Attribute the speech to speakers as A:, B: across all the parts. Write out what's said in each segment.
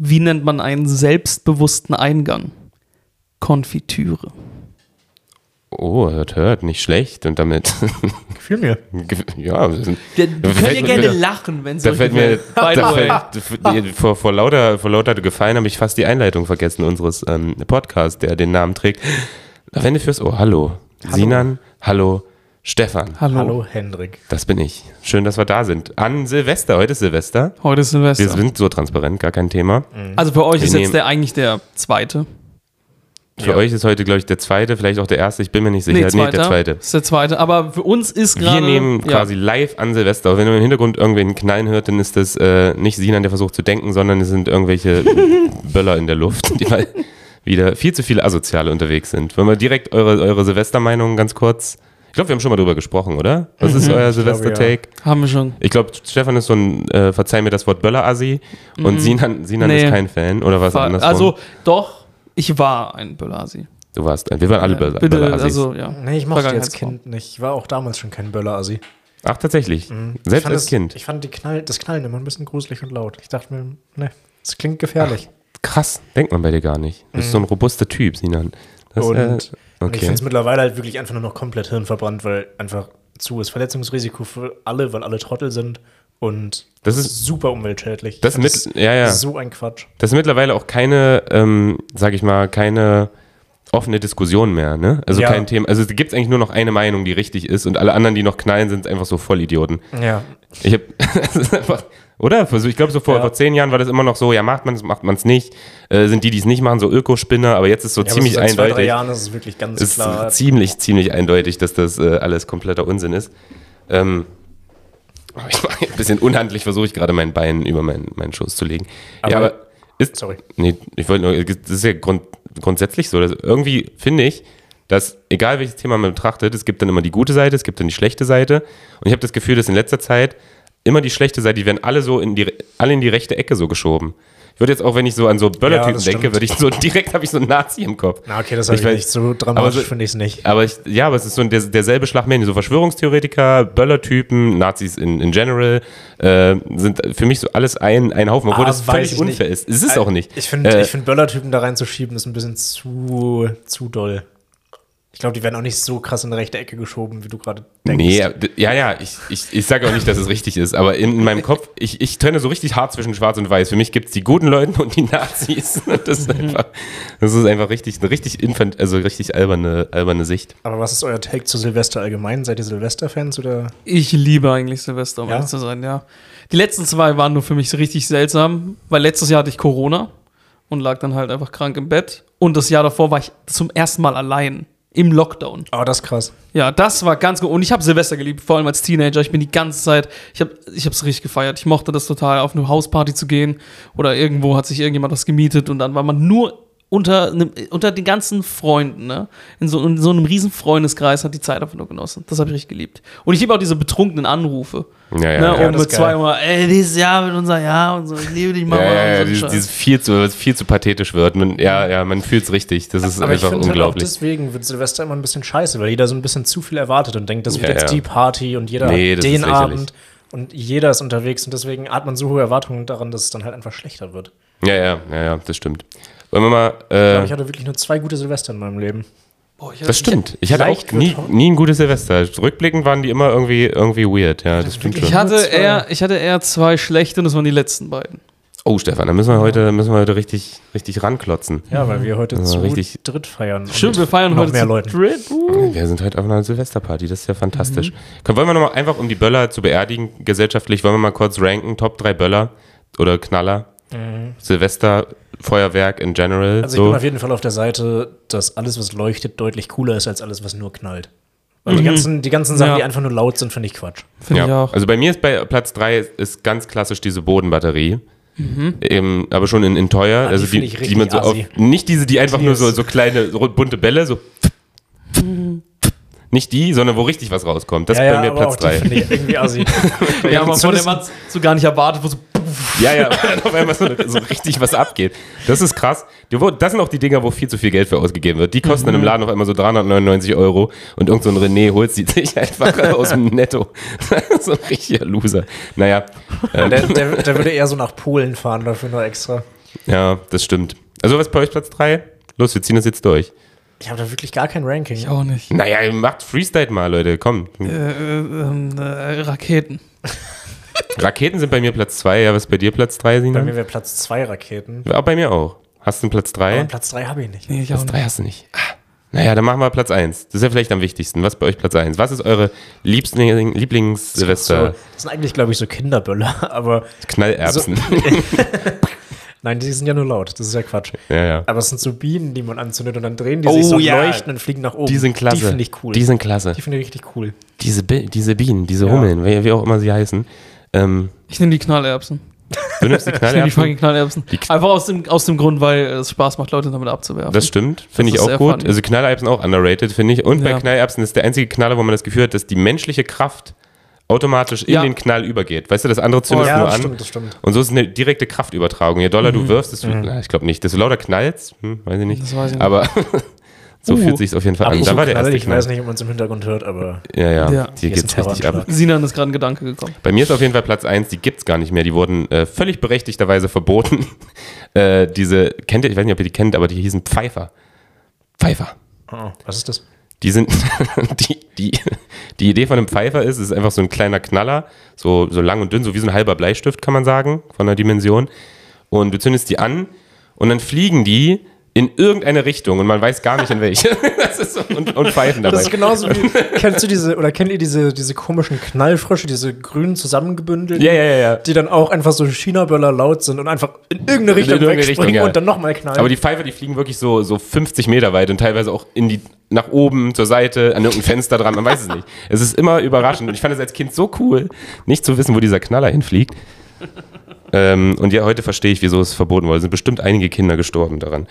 A: Wie nennt man einen selbstbewussten Eingang? Konfitüre.
B: Oh, hört, hört, nicht schlecht. Und damit,
C: Gefiel mir.
B: ja, wir sind,
A: Ja, die können ja
B: fällt mir-
A: gerne lachen, wenn sie
B: da fällt mir,
A: by the
B: da
A: way.
B: fällt, nee, vor, vor, lauter, vor lauter Gefallen habe ich fast die Einleitung vergessen unseres ähm, Podcasts, der den Namen trägt. Wende fürs Ohr, hallo. Sinan, hallo. Stefan,
A: Hallo.
C: Hallo, Hendrik.
B: das bin ich. Schön, dass wir da sind. An Silvester, heute ist Silvester.
A: Heute ist
B: Wir
A: Silvester.
B: sind so transparent, gar kein Thema.
A: also für euch
B: Wir
A: ist jetzt
B: nehmen-
A: der eigentlich der zweite.
B: Für euch ist heute, glaube ich, der zweite, vielleicht auch der erste, ich bin mir nicht sicher. Nee,
A: zweiter.
B: der zweite.
A: Ist der zweite. Aber für uns ist
B: Wir
A: gerade.
B: nehmen
A: ja.
B: quasi live an Silvester. Wenn man im Hintergrund irgendwelchen Knallen hört, dann ist das äh, nicht Sinan, der versucht zu denken, sondern es sind irgendwelche Böller in der Luft, die mal wieder viel zu viele Asoziale unterwegs sind. Wollen wir direkt eure, eure Silvestermeinung ganz kurz. Ich glaube, wir haben schon mal drüber gesprochen, oder? Was
A: Mhm.
B: ist euer Silvester-Take?
A: Haben wir schon.
B: Ich glaube, Stefan ist so ein, äh, verzeih mir das Wort Böller-Assi und Sinan, Sinan
A: Mhm. Nee.
B: ist kein Fan oder was anderes.
A: Also doch, ich war ein Bölasi.
B: du warst, ein- wir waren alle Böller-
A: Bitte,
B: Böller-Assis.
A: also ja.
C: Nee, ich mochte als
A: Vergangenheitsform.
C: Kind nicht. Ich war auch damals schon kein Böller-Assi.
B: Ach, tatsächlich.
C: Ich
A: Mhm.
B: Selbst
C: fand
B: als
C: das,
B: Kind.
C: Ich fand die Knall, das Knallen immer ein bisschen gruselig und laut. Ich dachte mir, ne, das klingt gefährlich.
B: Krass, denkt man bei dir gar nicht. Du bist so ein robuster Typ, Sinan. Das,
C: Mhm. und
B: äh,
C: und ich
B: okay.
C: finde es mittlerweile halt wirklich einfach nur noch komplett hirnverbrannt, weil einfach zu ist Verletzungsrisiko für alle, weil alle Trottel sind und
B: Das ist-
C: super umweltschädlich. Ich
B: Das
C: fand
B: mit- ja, ja.
C: so ein Quatsch.
B: das ist mittlerweile auch keine, ähm, sag ich mal, keine offene Diskussion mehr, ne? Also
C: Ja.
B: kein Thema. Also es gibt eigentlich nur noch eine Meinung, die richtig ist und alle anderen, die noch knallen, sind einfach so Vollidioten.
C: Ja,
B: Ich hab, das ist einfach, oder? Also ich glaube, so vor,
C: Ja.
B: vor zehn Jahren war das immer noch so, ja, macht man es, macht man es nicht. Äh, sind die, die es nicht machen, so Ökospinner, aber jetzt ist so
C: ja
B: ziemlich
C: aber so seit zwei, drei
B: eindeutig.
C: Jahren ist es wirklich ganz
B: ist
C: klar.
B: ziemlich, ziemlich eindeutig, dass das äh, alles kompletter Unsinn ist. Ähm, aber ich war ein bisschen unhandlich, versuche ich gerade mein Bein über meinen, meinen Schoß zu legen. ja,
C: Aber-
B: aber ist,
C: Sorry.
B: Nee, ich wollte nur, das ist ja grund, grundsätzlich so. Dass irgendwie finde ich, dass egal welches Thema man betrachtet, es gibt dann immer die gute Seite, es gibt dann die schlechte Seite. Und ich habe das Gefühl, dass in letzter Zeit immer die schlechte Seite, die werden alle so in die, alle in die rechte Ecke so geschoben. Ich würde jetzt auch, wenn ich so an so
C: Ja,
B: Böllertypen
C: das
B: denke,
C: stimmt.
B: würde ich so direkt habe ich so einen Nazi im Kopf.
C: Na, okay, das habe ich,
B: weiß-
C: nicht. So
B: aber
C: dramatisch
B: so-
C: finde ich es nicht.
B: aber ich, ja, aber es ist so der, derselbe Schlagmensch. So Verschwörungstheoretiker, Böllertypen, Nazis in, in general äh, sind für mich so alles ein, ein Haufen, obwohl
C: Ah,
B: das
C: weiß
B: völlig
C: ich
B: unfair
C: nicht.
B: ist. Es ist
C: Äh,
B: auch nicht.
C: Ich finde,
B: Äh,
C: ich finde Böller-Typen da reinzuschieben, ist ein bisschen zu, zu doll. Ich glaube, die werden auch nicht so krass in eine rechte Ecke geschoben, wie du gerade denkst.
B: Nee, d- ja, ja, ich, ich, ich sage auch nicht, dass es richtig ist, aber in, in meinem Kopf, ich, ich trenne so richtig hart zwischen Schwarz und Weiß. Für mich gibt es die guten Leute und die Nazis. Und Das
C: Mhm.
B: ist einfach, das ist einfach richtig, eine richtig infant, also richtig alberne, alberne Sicht.
C: Aber was ist euer Take zu Silvester allgemein? Seid ihr Silvester-Fans oder?
A: Ich liebe eigentlich Silvester, um
C: Ja?
A: ehrlich zu sein, ja. Die letzten zwei waren nur für mich richtig seltsam, weil letztes Jahr hatte ich Corona und lag dann halt einfach krank im Bett. Und das Jahr davor war ich zum ersten Mal allein im Lockdown.
C: Oh, das ist krass.
A: Ja, das war ganz gut. Und ich habe Silvester geliebt, vor allem als Teenager. Ich bin die ganze Zeit, ich habe es richtig gefeiert. Ich mochte das total, auf eine Hausparty zu gehen oder irgendwo hat sich irgendjemand was gemietet und dann war man nur unter, einem- unter den ganzen Freunden, ne? In so, in so einem riesen Freundeskreis hat die Zeit einfach nur genossen. Das habe ich richtig geliebt. Und ich liebe auch diese betrunkenen Anrufe.
B: Ja, ja,
A: ne?
B: ja.
A: und
C: das
A: mit
C: ist geil.
A: zwei Mal, ey, dieses Jahr wird unser Jahr und so, ich liebe dich, Mama.
B: ja, ja, ja,
A: und so ein
B: dieses,
A: Scheiß.
B: dieses viel, zu, viel zu pathetisch wird. Man, ja, ja, man fühlt es richtig. Das ist einfach
C: find halt auch
B: unglaublich.
C: deswegen wird Silvester immer ein bisschen scheiße, weil jeder so ein bisschen zu viel erwartet und denkt, das wird
B: Ja,
C: jetzt
B: ja.
C: die Party und jeder
B: Nee,
C: hat
B: das ist
C: den
B: lächerlich.
C: Abend und jeder ist unterwegs und deswegen hat man so hohe Erwartungen daran, dass es dann halt einfach schlechter wird.
B: ja, ja, ja, ja, das stimmt. Wollen wir mal.
C: Aber
B: Äh,
C: ich hatte wirklich nur zwei gute Silvester in meinem Leben.
A: Boah, ich-
B: das stimmt. Ich hatte
C: Leicht
B: auch nie,
C: wird-
B: nie ein gutes Silvester. Rückblickend waren die immer irgendwie, irgendwie weird. Ja, das stimmt schon.
A: Ich hatte,
C: Nur zwei.
A: eher, ich hatte eher zwei schlechte und das waren die letzten beiden.
B: Oh, Stefan, da müssen wir heute, müssen wir heute richtig, richtig ranklotzen.
C: Ja, weil wir heute
B: Also
C: zu
B: richtig-
C: dritt feiern. und
A: Stimmt, wir feiern
C: noch
A: heute
C: mehr
A: zu
C: Leuten.
A: dritt. Uh.
B: Wir sind heute auf einer Silvesterparty, das ist ja
C: Mhm.
B: fantastisch. Können, wollen wir nochmal einfach, um die Böller zu beerdigen, gesellschaftlich, wollen wir mal kurz ranken, Top 3 Böller oder Knaller, Silvester, Feuerwerk in general,
C: Mhm. Also ich
B: so.
C: bin auf jeden Fall auf der Seite, dass alles, was leuchtet, deutlich cooler ist als alles, was nur knallt. Weil
B: Mhm.
C: die, ganzen, die ganzen Sachen,
A: Ja.
C: die einfach nur laut sind, finde ich Quatsch.
A: Finde ich
B: ja.
A: auch.
B: Also bei mir ist bei Platz 3 ist, ist ganz klassisch diese Bodenbatterie. Ähm, aber schon in, in teuer.
C: Mhm. Ah, die
B: also die,
C: finde
B: die,
C: ich richtig
B: man so auf,
C: assi.
B: nicht diese, die einfach
C: Die
B: nur
C: ist-
B: so, so kleine so bunte Bälle, so nicht die, sondern wo richtig was rauskommt. Das ist bei mir
C: Mhm. aber
B: Platz
C: auch die
B: 3.
C: finde ich irgendwie assi.
A: Ja, aber von der
C: Zumindest-
A: man so gar nicht erwartet, wo so
B: Ja, ja, wo dann auf einmal so, so richtig was abgeht. Das ist krass. Die- wo- Das sind auch die Dinger, wo viel zu viel Geld für ausgegeben wird. Die kosten
C: Mhm.
B: dann im Laden auf einmal so 399 Euro und irgend so ein René holt sie sich einfach aus dem Netto. so ein richtiger Loser. Naja, äh,
C: der, der, der würde eher so nach Polen fahren dafür nur extra.
B: Ja, das stimmt. Also was bei euch Platz 3? Los, wir ziehen das jetzt durch.
C: Ich habe da wirklich gar kein Ranking.
A: Ich auch nicht.
B: Naja, ihr macht Freestyle mal, Leute. Komm.
A: Äh, ähm, äh, Raketen.
B: Raketen sind bei mir Platz 2. Ja, was ist bei dir Platz 3,
C: Bei
B: Sina?
C: mir wäre Platz 2 Raketen.
B: Aber bei mir auch. Hast du einen Platz 3?
C: Aber Platz 3 habe ich nicht.
A: Nee, ich auch
B: Platz 3
A: nicht.
B: hast du nicht. Ah. Naja, dann machen wir Platz 1. Das ist ja vielleicht am wichtigsten. Was ist bei euch Platz 1? Was ist eure Liebstling-
C: So,
B: Lieblings-Silvester?
C: das sind eigentlich, glaube ich, so Kinderböller, aber
B: Knallerbsen.
C: nein, die sind ja nur laut. Das ist ja Quatsch.
B: ja, ja.
C: Aber es sind so Bienen, die man anzündet und dann drehen die
B: Oh,
C: sich so und
B: ja.
C: leuchten und fliegen nach oben.
B: Die sind klasse.
C: oh, Die finde ich cool.
B: Die sind klasse.
C: die finde ich richtig cool.
B: Diese, Bi diese Bienen, diese Hummeln, wie, wie auch immer sie heißen. Ähm,
A: Ich nehme die Knallerbsen.
B: du nimmst die
A: Ich nehme die
B: Knallerbsen.
A: fucking Knallerbsen. Einfach aus dem, aus dem Grund, weil es Spaß macht, Leute damit abzuwerfen.
B: Das stimmt, finde
A: Das
B: ich
A: ist
B: auch
A: sehr
B: gut.
A: funny.
B: Also Knallerbsen auch underrated, finde ich. Und
A: Ja.
B: bei Knallerbsen ist der einzige Knaller, wo man das Gefühl hat, dass die menschliche Kraft automatisch in
A: Ja.
B: den Knall übergeht. Weißt du, das andere zündest
C: Oh, ja,
B: nur
C: das
B: an.
C: stimmt, das stimmt.
B: Und so ist eine direkte Kraftübertragung. Je doller du wirfst, desto, na, ich glaube nicht, desto lauter knallst, hm, weiß ich nicht.
A: Das weiß ich nicht.
B: Aber so
A: Uh.
B: fühlt sich auf jeden Fall an.
C: Apropos
B: Da war der
C: Knall,
B: erste
C: ich weiß
B: Knall.
C: nicht, ob man es im Hintergrund hört, aber
B: Ja, ja,
A: Ja.
B: hier
C: Hier ist
B: geht's
C: ein
B: richtig ab.
C: Terroranschlag.
A: Sinan ist gerade ein Gedanke gekommen.
B: Bei mir ist auf jeden Fall Platz 1, die gibt's gar nicht mehr. Die wurden äh, völlig berechtigterweise verboten. äh, diese, kennt ihr, ich weiß nicht, ob ihr die kennt, aber die hießen Pfeifer. Pfeifer.
C: oh, was ist das?
B: Die sind, die, die, die Idee von einem Pfeifer ist, es ist einfach so ein kleiner Knaller, so, so lang und dünn, so wie so ein halber Bleistift, kann man sagen, von der Dimension. Und du zündest die an und dann fliegen die in irgendeine Richtung und man weiß gar nicht in welche. Das ist so, und, und pfeifen dabei.
C: Das ist genau genauso wie, kennst du diese, oder kennt ihr diese, diese komischen Knallfrösche, diese grünen zusammengebündelten?
B: ja, ja, ja, ja.
C: Die dann auch einfach so China-Böller laut sind und einfach in irgendeine Richtung
B: irgendeine
C: wegspringen
B: Richtung, ja.
C: und dann nochmal knallen.
B: Aber die Pfeifer, die fliegen wirklich so, so 50 Meter weit und teilweise auch in die, nach oben, zur Seite, an irgendein Fenster dran, man weiß es nicht. Es ist immer überraschend. Und ich fand es als Kind so cool, nicht zu wissen, wo dieser Knaller hinfliegt. Ähm, und ja, heute verstehe ich, wieso es verboten wurde. Es sind bestimmt einige Kinder gestorben daran.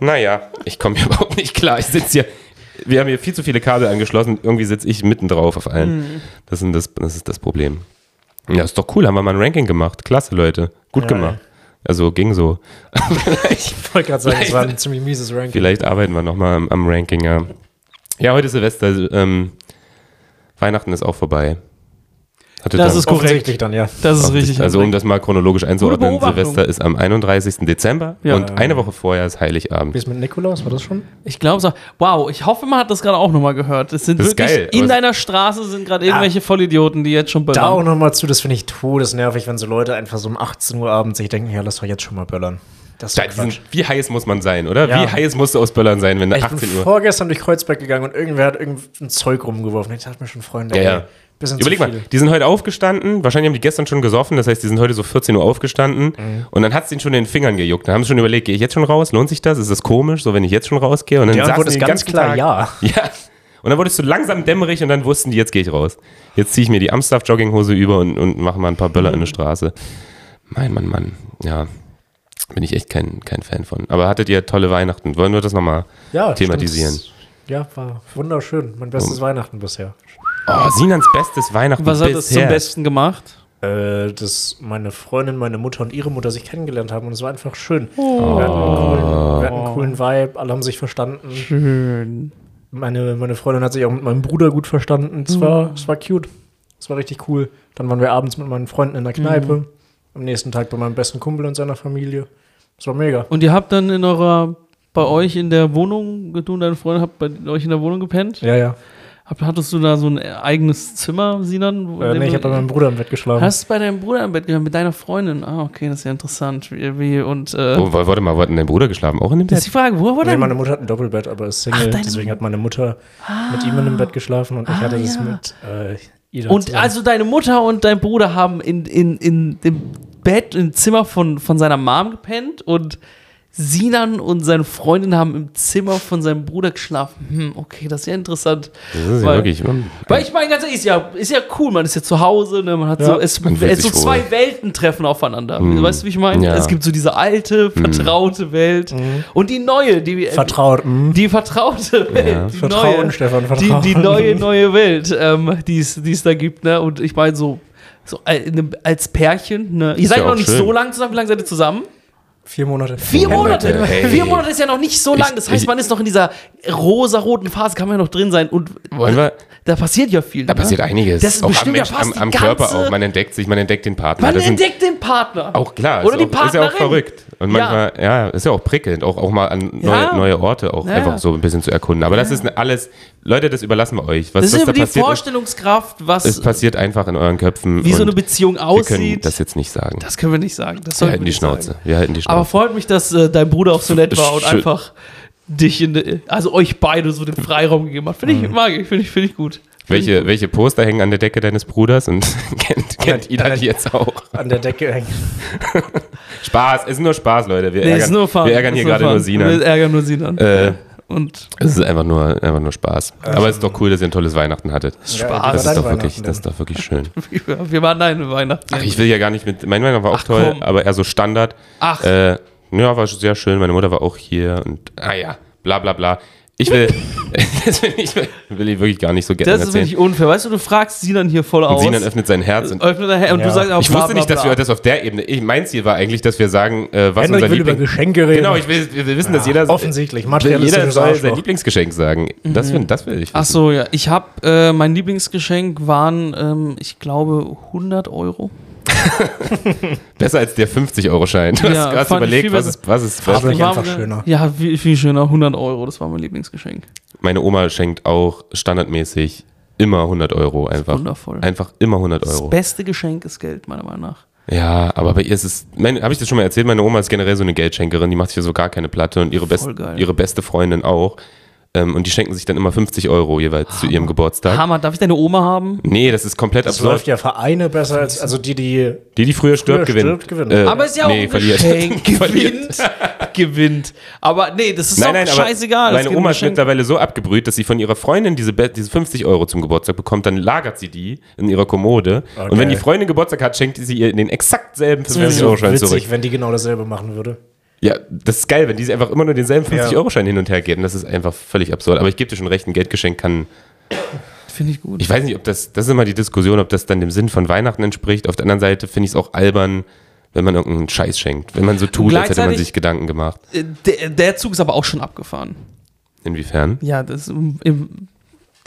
B: Naja, ich komme hier überhaupt nicht klar. Ich sitze hier. Wir haben hier viel zu viele Kabel angeschlossen. Irgendwie sitze ich mitten drauf auf allen.
C: Hm.
B: Das, sind das, das ist das Problem. Ja, ist doch cool. Haben wir mal ein Ranking gemacht. Klasse, Leute. Gut
C: Ja.
B: gemacht. Also ging so.
C: ich wollte gerade sagen, das war ein ziemlich mieses Ranking.
B: Vielleicht arbeiten wir nochmal am, am Ranking. Ja. ja, heute ist Silvester. also, Ähm, Weihnachten ist auch vorbei. Hatte
A: Das
B: dann-
A: ist korrekt.
C: Offensichtlich dann, ja.
A: Das ist richtig.
B: Also, um das mal chronologisch einzuordnen,
A: Beobachtung.
B: Silvester ist am 31. Dezember
A: Ja.
B: und eine Woche vorher ist Heiligabend.
C: Wie ist mit Nikolaus? War das schon?
A: ich glaube so. Wow, ich hoffe, man hat das gerade auch nochmal gehört. Es sind
B: Das ist
A: wirklich
B: geil, Ah. aber
A: in
B: es-
A: deiner Straße sind gerade irgendwelche Vollidioten, die jetzt schon
C: Da auch
A: böllern.
C: nochmal zu, das finde ich todesnervig, wenn so Leute einfach so um 18 Uhr abends sich denken, ja, lass doch jetzt schon mal böllern. Das ist
B: Da,
C: doch
B: die
C: Quatsch.
B: sind, wie heiß muss man sein, oder?
C: Ja.
B: Wie heiß musst du aus Böllern sein, wenn du
C: Ich
B: 18
C: bin
B: Uhr.
C: vorgestern durch Kreuzberg gegangen und irgendwer hat irgendein Zeug rumgeworfen. Ich dachte mir schon, Freunde,
B: Ja,
C: ey,
B: ja.
C: bisschen
B: Überleg
C: zu
B: mal,
C: viel.
B: die sind heute aufgestanden, wahrscheinlich haben die gestern schon gesoffen, das heißt, die sind heute so 14 Uhr aufgestanden
C: Mhm.
B: und dann hat es ihnen schon in den Fingern gejuckt. Dann haben sie schon überlegt, gehe ich jetzt schon raus? Lohnt sich das? Ist das komisch, so wenn ich jetzt schon rausgehe? Und dann
C: Die Antwort
B: saßen
C: ist
B: den
C: ganz
B: ganzen
C: klar
B: Tag-
C: ja.
B: Ja. Und dann wurdest du langsam dämmerig und dann wussten die, jetzt gehe ich raus. Jetzt ziehe ich mir die Amstaff-Jogginghose über und, und mache mal ein paar Böller in die Straße. Mein Mann, Mann. Ja. Bin ich echt kein, kein Fan von. Aber hattet ihr tolle Weihnachten? Wollen wir das nochmal
C: Ja,
B: thematisieren?
C: stimmt. Ja, war wunderschön. Mein bestes Weihnachten bisher.
B: Oh, Sinans bestes Weihnachten
A: Was hat
B: bisher.
A: es zum Besten gemacht?
C: Äh, dass meine Freundin, meine Mutter und ihre Mutter sich kennengelernt haben und es war einfach schön. Wir, hatten
A: Oh.
C: einen coolen, wir hatten einen coolen Vibe, alle haben sich verstanden.
A: Schön.
C: Meine, meine Freundin hat sich auch mit meinem Bruder gut verstanden.
A: Mhm.
C: Es war, es war cute. Es war richtig cool. Dann waren wir abends mit meinen Freunden in
A: Mhm.
C: der Kneipe. Am nächsten Tag bei meinem besten Kumpel und seiner Familie. Es war mega.
A: Und ihr habt dann in eurer, bei euch in der Wohnung, du und deine Freundin habt bei euch in der Wohnung gepennt?
C: Ja, ja.
A: Hab, hattest du da so ein eigenes Zimmer, Sinan? wo- in
C: Äh,
A: dem
C: nee, ich
A: du-
C: habe bei meinem Bruder im Bett geschlafen.
A: Hast du bei deinem Bruder im Bett gehabt, mit deiner Freundin? Ah, okay, das ist ja interessant. Wie, wie und äh,
B: Oh, warte mal, wo hat denn dein Bruder geschlafen? Auch in dem
A: das ist
B: Bett?
A: die Frage, wo war
C: Nee,
A: dein
C: meine Mutter hat ein Doppelbett, aber ist Single.
A: Ach, deine Ah.
C: deswegen hat meine Mutter mit ihm in einem Bett geschlafen und ich hatte das
A: ja.
C: mit äh, Ida.
A: Und
C: zusammen.
A: also deine Mutter und dein Bruder haben in, in, in dem Bett, im Zimmer von, von seiner Mom gepennt und Sinan und seine Freundin haben im Zimmer von seinem Bruder geschlafen. Hm, okay, das ist ja interessant.
B: Das ist ja
A: Weil-
B: wirklich.
A: Weil ich meine, ganz ehrlich, ist ja, ist ja cool, man ist ja zu Hause, ne? man hat so, es,
B: Man fühlt
A: es so
B: sich
A: zwei
B: wohl.
A: Welten treffen aufeinander.
B: Mm.
A: Weißt du, wie ich meine?
B: Ja. Mhm.
A: Es gibt so diese alte, vertraute Welt
C: Mhm.
A: und die neue, die äh,
C: Äh, vertraut. hm. Mh.
A: die vertraute Welt. Die
C: Vertrauen,
A: neue,
C: Stefan,
A: Die,
C: Vertrauen.
A: die neue, neue Welt, ähm, die es die es da gibt. Ne? Und ich meine, so, so al- ne- als Pärchen, ne? ihr seid
B: ja
A: noch
B: auch
A: nicht
B: schön.
A: so lang zusammen. Wie lange seid ihr zusammen?
C: Vier Monate.
A: Vier Monate!
B: Monate, ey.
A: Vier Monate ist ja noch nicht so lang. Das
B: Ich-
A: heißt,
B: ich-
A: man ist noch in dieser rosa-roten Phase, kann man ja noch drin sein. Und
B: Wollen wir?
A: da passiert ja viel. ne?
B: Da passiert einiges.
A: Das ist
B: auch am,
A: bestimmt ja
B: Mensch-
A: fast
B: am,
A: die
B: am Körper
A: ganze-
B: auch. Man entdeckt sich, man entdeckt den Partner.
A: Man
B: Das sind-
A: entdeckt den Partner.
B: Auch klar,
A: Oder
B: ist,
A: die
B: auch, ist ja auch
A: Partnerin.
B: verrückt. Und
A: Ja.
B: manchmal, ja. ist ja auch prickelnd, auch, auch mal an neue,
A: Ja.
B: neue Orte auch
A: Ja.
B: einfach so ein bisschen zu erkunden. Aber das ist ne, alles, Leute, das überlassen wir euch. Was,
A: Das ist
B: was da
A: über die
B: passiert, ist,
A: Vorstellungskraft, was,
B: es passiert einfach in euren Köpfen.
A: wie so
B: und
A: eine Beziehung
B: Wir können
A: aussieht.
B: das jetzt nicht sagen.
A: das können wir nicht sagen. Das
B: wir
A: sollten
B: halten
A: wir
B: die
A: nicht sagen.
B: Schnauze. Wir halten die
A: Aber
B: Schnauze.
A: freut mich, dass äh, dein Bruder auch so nett war und
B: Schön.
A: einfach dich in, also euch beide so den Freiraum gegeben hat. Finde ich,
B: Mhm.
A: mag ich, finde ich, finde ich gut. Finde
B: welche, welche Poster hängen an der Decke deines Bruders und kennt, kennt
C: Nein,
B: Ida
C: nein.
B: die jetzt auch?
C: An der Decke hängen.
B: Spaß, ist nur Spaß, Leute.
A: ich
B: Wir
A: gut. Nee,
B: ärgern,
A: ist nur Fun.
B: wir ärgern hier
A: Ist nur
B: gerade nur
A: Fun.
B: Sinan.
A: Wir ärgern nur Sinan.
B: Äh,
A: und
B: Es ist einfach nur, einfach nur Spaß. Aber es ist doch cool, dass ihr ein tolles Weihnachten hattet.
A: Spaß.
B: Das
A: war
B: ist doch wirklich, das ist doch wirklich schön.
A: wir waren nein in Weihnachten.
B: Ach, ich will ja gar nicht mit. Mein Weihnachten war auch
A: Ach,
B: toll,
A: komm.
B: aber eher so Standard.
A: Ach.
B: Äh, ja, war sehr schön. Meine Mutter war auch hier und ah ja, bla bla bla. Ich will, das will ich, will ich wirklich gar nicht so gerne
A: das ist
B: erzählen.
A: wirklich unfair. Weißt du, du fragst Sinan hier voll
B: und
A: aus.
B: Sinan öffnet sein Herz und
A: öffnet daher und
C: Ja.
A: du sagst auch
B: ich
A: bla,
B: wusste nicht,
A: bla,
B: dass
A: bla.
B: wir das auf der Ebene. Ich, mein Ziel war eigentlich, dass wir sagen, äh, was
C: Henrik
B: unser
C: will über
B: Lieblings.
C: Geschenke reden.
B: Genau, ich will, wir wir wissen, dass
C: Ja,
B: jeder
C: offensichtlich,
B: jeder
C: materialistisches
B: soll sein
C: Arschloch.
B: Lieblingsgeschenk sagen. Das will, das will ich.
A: Mhm. Ach so, ja. Ich habe äh, mein Lieblingsgeschenk waren, ähm, ich glaube, 100 Euro.
B: Besser als der 50-Euro-Schein. Du
A: Ja,
B: hast, hast
A: fand ich viel
B: überlegt, was
A: besser.
B: ist, was ist,
C: Aber
B: was
C: Farblich
A: War-
C: einfach schöner.
A: Ja, viel, viel schöner. 100 Euro, das war mein Lieblingsgeschenk.
B: Meine Oma schenkt auch standardmäßig immer 100 Euro einfach.
A: Wundervoll.
B: Einfach immer 100
A: Das
B: Euro.
A: beste Geschenk ist Geld, meiner Meinung nach.
B: Ja, aber bei ihr ist es, habe ich das schon mal erzählt, meine Oma ist generell so eine Geldschenkerin, die macht sich für so gar keine Platte und ihre, best,
A: Voll geil.
B: ihre beste Freundin auch. Ähm, und die schenken sich dann immer 50 Euro jeweils zu ihrem Geburtstag.
A: Hammer, darf ich deine Oma haben?
B: Nee, das ist komplett
C: Das
B: absurd.
C: läuft ja Vereine besser als, also die, die
B: Die, die früher stirbt,
C: Früher
B: gewinnt.
C: stirbt, gewinnt.
A: Aber ist ja auch
B: nee,
A: ein
B: verliert.
A: Geschenk.
B: Verliert.
A: Gewinnt. gewinnt. Aber nee, das ist auch
B: aber
A: scheißegal. es
B: Meine
A: geht um
B: Oma ist
A: Geschenk.
B: mittlerweile so abgebrüht, dass sie von ihrer Freundin diese, Be- diese 50 Euro zum Geburtstag bekommt, dann lagert sie die in ihrer Kommode. Und wenn die Freundin Geburtstag hat, schenkt sie ihr den exakt selben 50 Euro Schein
C: also witzig,
B: zurück.
C: wenn die genau dasselbe machen würde.
B: Ja, das ist geil, wenn die einfach immer nur denselben 50
C: Ja.
B: Euro Schein hin und her geben. Das ist einfach völlig absurd. Aber ich gebe dir schon recht, ein Geldgeschenk kann.
A: Finde ich gut.
B: Ich weiß nicht, ob das. Das ist immer die Diskussion, ob das dann dem Sinn von Weihnachten entspricht. Auf der anderen Seite finde ich es auch albern, wenn man irgendeinen Scheiß schenkt. Wenn man so tut, als hätte man
A: Gleichzeitig-
B: sich Gedanken gemacht.
A: Äh, der, der Zug ist aber auch schon abgefahren.
B: Inwiefern?
A: Ja, das im, im,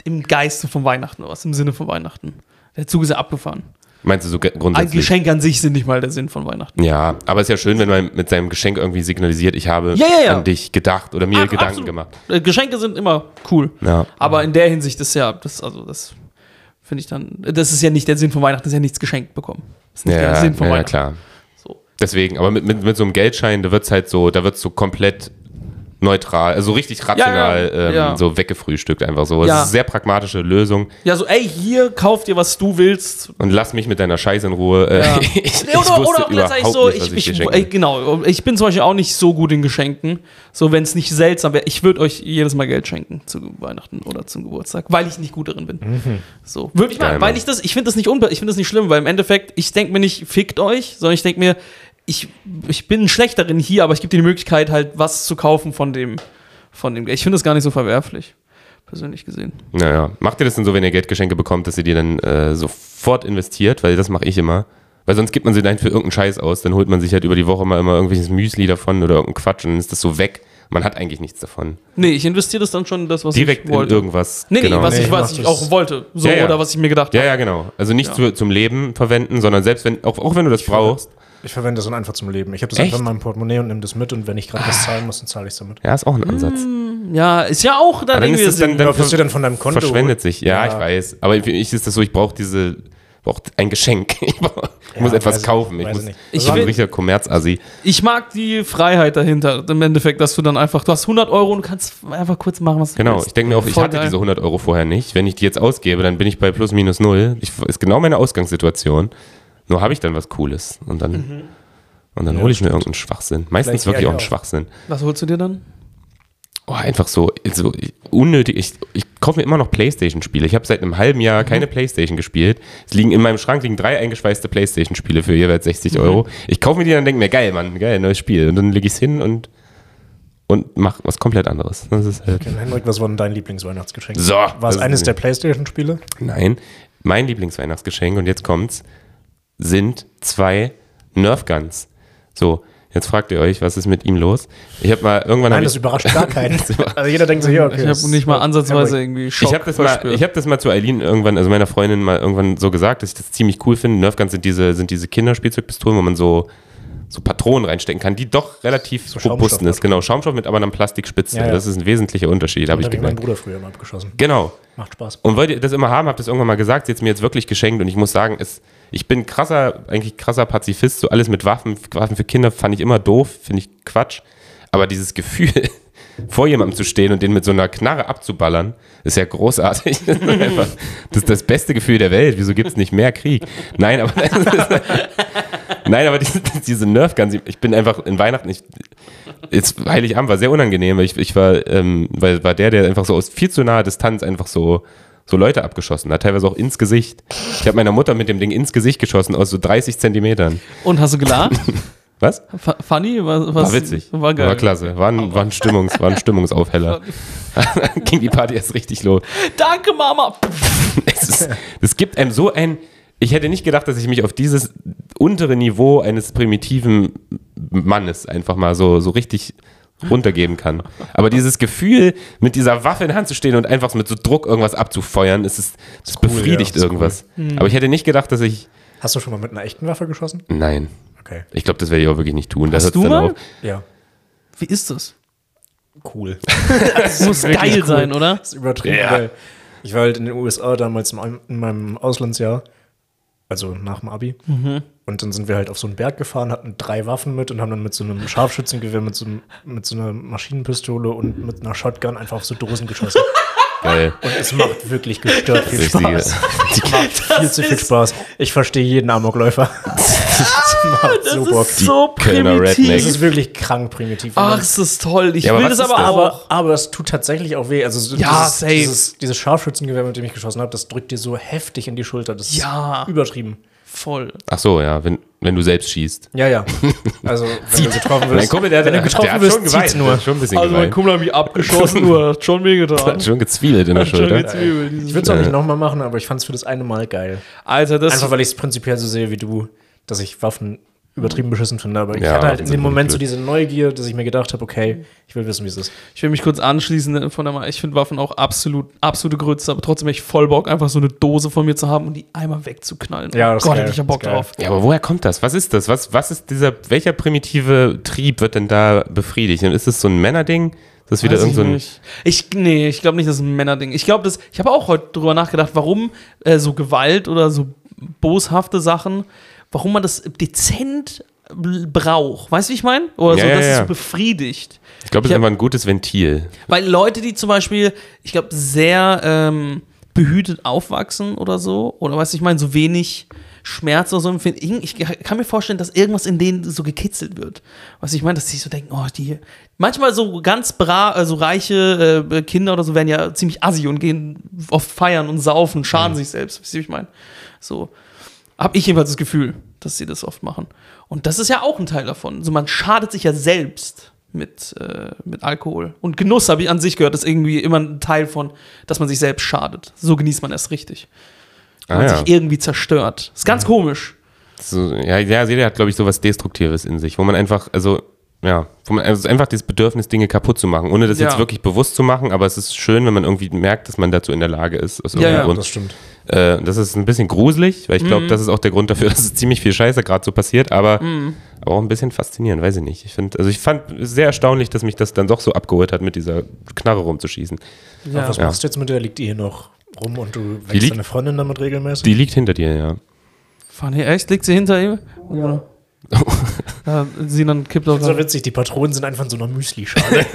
A: im Geiste von Weihnachten oder was, im Sinne von Weihnachten. Der Zug ist ja abgefahren.
B: Meinst du so ge-
A: Ein
B: grundsätzlich?
A: Geschenk an sich sind nicht mal der Sinn von Weihnachten.
B: Ja, aber ist ja schön, wenn man mit seinem Geschenk irgendwie signalisiert, ich habe
A: Ja, ja, ja.
B: an dich gedacht oder mir
A: Ach,
B: Gedanken
A: absolut.
B: gemacht.
A: Äh, Geschenke sind immer cool.
B: Ja.
A: Aber in der Hinsicht ist ja, das, also das finde ich dann, das ist ja nicht der Sinn von Weihnachten, das ist ja nichts geschenkt bekommen. Das ist nicht
B: Ja,
A: der
B: ja,
A: Sinn von
B: ja,
A: Weihnachten.
B: klar.
A: So.
B: Deswegen, aber mit, mit, mit so einem Geldschein, da wird's halt so, da wird's so komplett neutral, also richtig rational
A: ja,
B: ähm,
A: ja.
B: so weggefrühstückt einfach so. Das
A: Ja.
B: ist eine sehr pragmatische Lösung
A: Ja, so, ey, hier kauf dir, was du willst.
B: und lass mich mit deiner Scheiße in Ruhe. Äh,
A: Ja.
B: ich, ich
A: Nee, oder,
B: wusste
A: oder auch gleichzeitig
B: überhaupt
A: so,
B: nicht, was
A: ich, ich,
B: dir schenken
A: ey,
B: will.
A: genau, ich bin zum Beispiel auch nicht so gut in Geschenken. So, wenn es nicht seltsam wäre, ich würde euch jedes Mal Geld schenken zu Weihnachten oder zum Geburtstag, weil ich nicht gut darin bin. So, würde ich
B: Mhm. Geil,
A: mal,
B: Mann.
A: weil ich das, ich finde das nicht unbe ich finde das nicht schlimm, weil im Endeffekt, ich denke mir nicht, fickt euch, sondern ich denke mir, ich, ich bin schlecht darin hier, aber ich gebe dir die Möglichkeit, halt was zu kaufen von dem, von dem Geld. Ich finde das gar nicht so verwerflich, persönlich gesehen.
B: Naja, macht ihr das denn so, wenn ihr Geldgeschenke bekommt, dass ihr die dann äh, sofort investiert? Weil das mache ich immer. Weil sonst gibt man sie dann für irgendeinen Scheiß aus. Dann holt man sich halt über die Woche mal immer irgendwelches Müsli davon oder irgendeinen Quatsch und dann ist das so weg. Man hat eigentlich nichts davon.
A: Nee, ich investiere das dann schon in das, was
B: Direkt
A: ich
B: in
A: wollte.
B: irgendwas.
A: Nee, nee,
B: genau.
A: was,
C: Nee,
A: ich,
C: ich
A: was
C: mach
A: ich
C: das-
A: auch wollte. So,
B: Ja, ja.
A: oder was ich mir gedacht
B: Ja, ja, genau. Also nicht
A: Ja.
B: Zu, zum Leben verwenden, sondern selbst wenn, auch, auch wenn du das brauchst.
C: Ich verwende das dann einfach zum Leben. Ich habe das
B: Echt? Ah.
C: einfach in meinem Portemonnaie und nehme das mit und wenn ich gerade was zahlen muss, dann zahle ich es damit.
B: Ja, ist auch ein Ansatz.
A: Mm. Ja, ist ja auch dann,
B: Aber dann
A: irgendwie
B: ist das dann,
A: Sinn.
B: dann
C: Ob das dir dann von deinem Konto
B: verschwendet sich. Ja,
C: Ja.
B: ich weiß. Aber für mich ist das so, ich brauche diese, brauche ein Geschenk. Ich, brauch, ich
C: Ja,
B: muss etwas
C: weiß ich-
B: kaufen. Ich,
C: weiß
B: muss,
C: ich nicht.
B: ich
A: Ich
B: bin ein
A: will-
B: richtiger Kommerzassi.
A: Ich mag die Freiheit dahinter, im Endeffekt, dass du dann einfach, du hast 100 Euro und kannst einfach kurz machen, was du
B: Genau,
A: willst.
B: ich denke mir auch, ich
A: Voll
B: hatte
A: geil.
B: diese 100 Euro vorher nicht. Wenn ich die jetzt ausgebe, dann bin ich bei plus minus null. Ich, ist genau meine Ausgangssituation. Nur habe ich dann was Cooles. Und dann, und dann hole ich mir irgendeinen Schwachsinn. Meistens
C: Vielleicht
B: wirklich
C: ja,
B: auch einen
C: ja.
B: Schwachsinn.
A: Was holst du dir dann?
B: Oh, einfach so, so unnötig. Ich, ich kaufe mir immer noch Playstation-Spiele. Ich habe seit einem halben Jahr keine Playstation gespielt. Es liegen in meinem Schrank liegen drei eingeschweißte Playstation-Spiele für jeweils 60 Euro. Ich kaufe mir die dann und denke mir, geil, Mann, geil, neues Spiel. Und dann lege ich es hin und, und mach was komplett anderes. Das ist halt.
C: Okay, Henrik, was war denn dein Lieblingsweihnachtsgeschenk?
B: So,
C: War
B: das
C: es
B: ist
C: eines
B: nicht-
C: der Playstation-Spiele?
B: Nein, mein Lieblingsweihnachtsgeschenk, und jetzt kommt's, sind zwei Nerf Guns. So, Jetzt fragt ihr euch, was ist mit ihm los? Ich habe mal irgendwann hab
C: Nein, das
B: ich,
C: überrascht gar keinen. also jeder denkt so, ja, okay.
A: ich
C: das-
A: habe nicht mal ansatzweise irgendwie Schock
B: ich habe das, mal-
A: verspürt.
B: ich hab das mal zu Eileen irgendwann, also meiner Freundin mal irgendwann so gesagt, dass ich das ziemlich cool finde. Nerfguns sind diese, sind diese Kinderspielzeugpistolen, wo man so, so Patronen reinstecken kann, die doch relativ
C: So
B: robust
C: Schaumstoff-
B: ist. Genau, Schaumstoff mit aber einer Plastikspitze.
C: Ja, ja.
B: Das ist ein wesentlicher Unterschied, habe
C: Da
B: ich
C: hab ich meinen
B: gemerkt.
C: Bruder früher mal abgeschossen.
B: Genau.
C: Macht Spaß.
B: Und wollte das immer haben, habe das irgendwann mal gesagt, sie hat es mir jetzt wirklich geschenkt und ich muss sagen, es, ich bin krasser, eigentlich krasser Pazifist, so alles mit Waffen, Waffen für Kinder fand ich immer doof, finde ich Quatsch, aber dieses Gefühl, vor jemandem zu stehen und den mit so einer Knarre abzuballern, ist ja großartig. Das ist, einfach, das, ist das beste Gefühl der Welt, wieso gibt es nicht mehr Krieg? Nein, aber, nein, aber diese, diese Nerfguns, ich bin einfach in Weihnachten, ich, jetzt Heiligabend war sehr unangenehm, weil ich, ich war, ähm, weil war der, der einfach so aus viel zu naher Distanz einfach so, so Leute abgeschossen hat, teilweise auch ins Gesicht. Ich habe meiner Mutter mit dem Ding ins Gesicht geschossen, aus so 30 Zentimetern.
A: Und hast du gelacht?
B: Was?
A: F funny? Was, was,
B: War witzig.
A: War geil.
B: War klasse. War ein, war ein, Stimmungs, war ein Stimmungsaufheller. Ging die Party erst richtig los.
A: Danke, Mama!
B: Es, ist, es gibt einem so ein. Ich hätte nicht gedacht, dass ich mich auf dieses untere Niveau eines primitiven Mannes einfach mal so, so richtig runtergeben kann. Aber dieses Gefühl, mit dieser Waffe in der Hand zu stehen und einfach mit so Druck irgendwas abzufeuern, es ist, es
C: cool, Hm.
B: befriedigt
C: ja, ist
B: irgendwas. Aber ich hätte nicht gedacht, dass ich.
C: Hast du schon mal mit einer echten Waffe geschossen?
B: Nein.
C: Okay.
B: Ich glaube, das werde ich auch wirklich nicht tun. Das
A: Hast du
B: hört's dann
A: mal?
B: auf.
C: Ja.
A: Wie ist das?
C: Cool.
A: Das muss geil sein, oder?
C: Das ist übertrieben
B: Ja.
C: geil. Ich war halt in den USA damals in einem- in meinem Auslandsjahr, also nach dem Abi.
A: Mhm.
C: Und dann sind wir halt auf so einen Berg gefahren, hatten drei Waffen mit und haben dann mit so einem Scharfschützengewehr, mit so, einem, mit so einer Maschinenpistole und mit einer Shotgun einfach auf so Dosen geschossen.
B: Geil.
C: Und es macht wirklich gestört viel
B: Richtige-
C: Spaß. Viel zu viel Spaß. Ich verstehe jeden Amokläufer. das macht so Bock.
A: Das ist so
B: Die Kölner
A: primitiv.
B: Rednecks.
C: Es ist wirklich krank primitiv.
A: Ach, ist das toll. Ich
B: Ja, aber
A: will
B: was
A: das
B: ist
A: aber
B: das?
A: auch.
C: Aber, aber es tut tatsächlich auch weh. Also so
A: Ja,
C: dieses,
A: safe.
C: Dieses, dieses Scharfschützengewehr, mit dem ich geschossen habe, das drückt dir so heftig in die Schulter. Das
A: Ja.
C: ist übertrieben.
A: Voll.
B: Ach so, ja, wenn, wenn du selbst schießt.
C: Ja, ja. Also, wenn du getroffen
B: Mein
C: wirst.
B: Kumpel, der,
C: wenn du
B: der,
C: getroffen
B: der hat
C: wirst,
B: schon geweint.
C: zieht's
B: Der
C: nur.
B: hat schon ein bisschen
A: Also, mein
B: geweint.
A: Kumpel hat mich abgeschossen, nur hat schon wehgetan.
B: Hat schon gezwiebelt in der
A: Schon
B: Schulter.
A: gezwiebelt, dieses-
C: Ich würde es auch nicht nochmal machen, aber ich fand es für das eine Mal geil.
A: Alter, das
C: Einfach weil ich es prinzipiell so sehe wie du, dass ich Waffen übertrieben beschissen finde. Aber ich
B: Ja,
C: hatte halt
B: Waffen
C: in
B: sind
C: dem Moment so
B: blöd.
C: diese Neugier, dass ich mir gedacht habe, okay, ich will wissen, wie es ist.
A: Ich will mich kurz anschließen ne, von der Ma- Ich finde Waffen auch absolut, absolute Grütze, aber trotzdem echt voll Bock, einfach so eine Dose von mir zu haben und die einmal wegzuknallen.
C: Ja, das ist
A: Gott,
C: geil,
A: hätte ich ja
C: das
A: Bock
C: ist geil.
A: drauf.
B: Ja, aber woher kommt das? Was ist das? Was, was ist dieser, welcher primitive Trieb wird denn da befriedigt? Und ist es so ein Männerding? Ist das wieder
A: Weiß
B: irgend so
A: ich,
B: ein.
A: nicht. ich nee, ich glaube nicht, das ist ein Männerding. Ich glaube, das ich habe auch heute drüber nachgedacht, warum äh, so Gewalt oder so boshafte Sachen, warum man das dezent äh, braucht. Weißt du, wie ich meine? Oder
B: Ja,
A: so,
B: ja,
A: dass es
B: ja.
A: so befriedigt.
B: Ich glaube, das
A: Ich
B: ist
A: hab-
B: einfach ein gutes Ventil.
A: Weil Leute, die zum Beispiel, ich glaube, sehr ähm, behütet aufwachsen oder so, oder weißt du, ich meine, so wenig Schmerz oder so empfinden, irgend- ich kann mir vorstellen, dass irgendwas in denen so gekitzelt wird. Was ich meine, dass die so denken, oh, die. Manchmal so ganz bra, also reiche äh, Kinder oder so werden ja ziemlich assi und gehen oft feiern und saufen, schaden sich selbst, weißt du, wie ich meine. So. Hab ich jedenfalls das Gefühl, dass sie das oft machen. Und das ist ja auch ein Teil davon. Also man schadet sich ja selbst mit, äh, mit Alkohol. Und Genuss, habe ich an sich gehört, ist irgendwie immer ein Teil von, dass man sich selbst schadet. So genießt man erst richtig. Wenn
B: Ah,
A: man
B: ja.
A: sich irgendwie zerstört. Ist ganz komisch.
B: So, ja, ja, jeder hat, glaube ich, so was Destruktives in sich, wo man einfach, also, ja, wo man also es ist einfach dieses Bedürfnis, Dinge kaputt zu machen, ohne das
A: Ja.
B: jetzt wirklich bewusst zu machen, aber es ist schön, wenn man irgendwie merkt, dass man dazu in der Lage ist, aus irgendeinem
A: ja.
B: Grund.
C: Das stimmt.
B: Äh, das ist ein bisschen gruselig, weil ich
C: Mhm.
B: glaube, das ist auch der Grund dafür, dass es ziemlich viel Scheiße gerade so passiert, aber,
C: Mhm.
B: aber auch ein bisschen faszinierend, weiß ich nicht. Ich finde, also ich fand es sehr erstaunlich, dass mich das dann doch so abgeholt hat, mit dieser Knarre rumzuschießen.
C: Aber was
B: Ja.
C: machst du jetzt mit der? Liegt die hier noch rum und du wächst
B: liegt-
C: deine Freundin damit regelmäßig?
B: Die liegt hinter dir, ja.
A: Fanny, echt? Liegt sie hinter ihm? Ja. ja sie dann kippt auch.
C: Das ist so witzig, die Patronen sind einfach in so einer Müsli-Schale.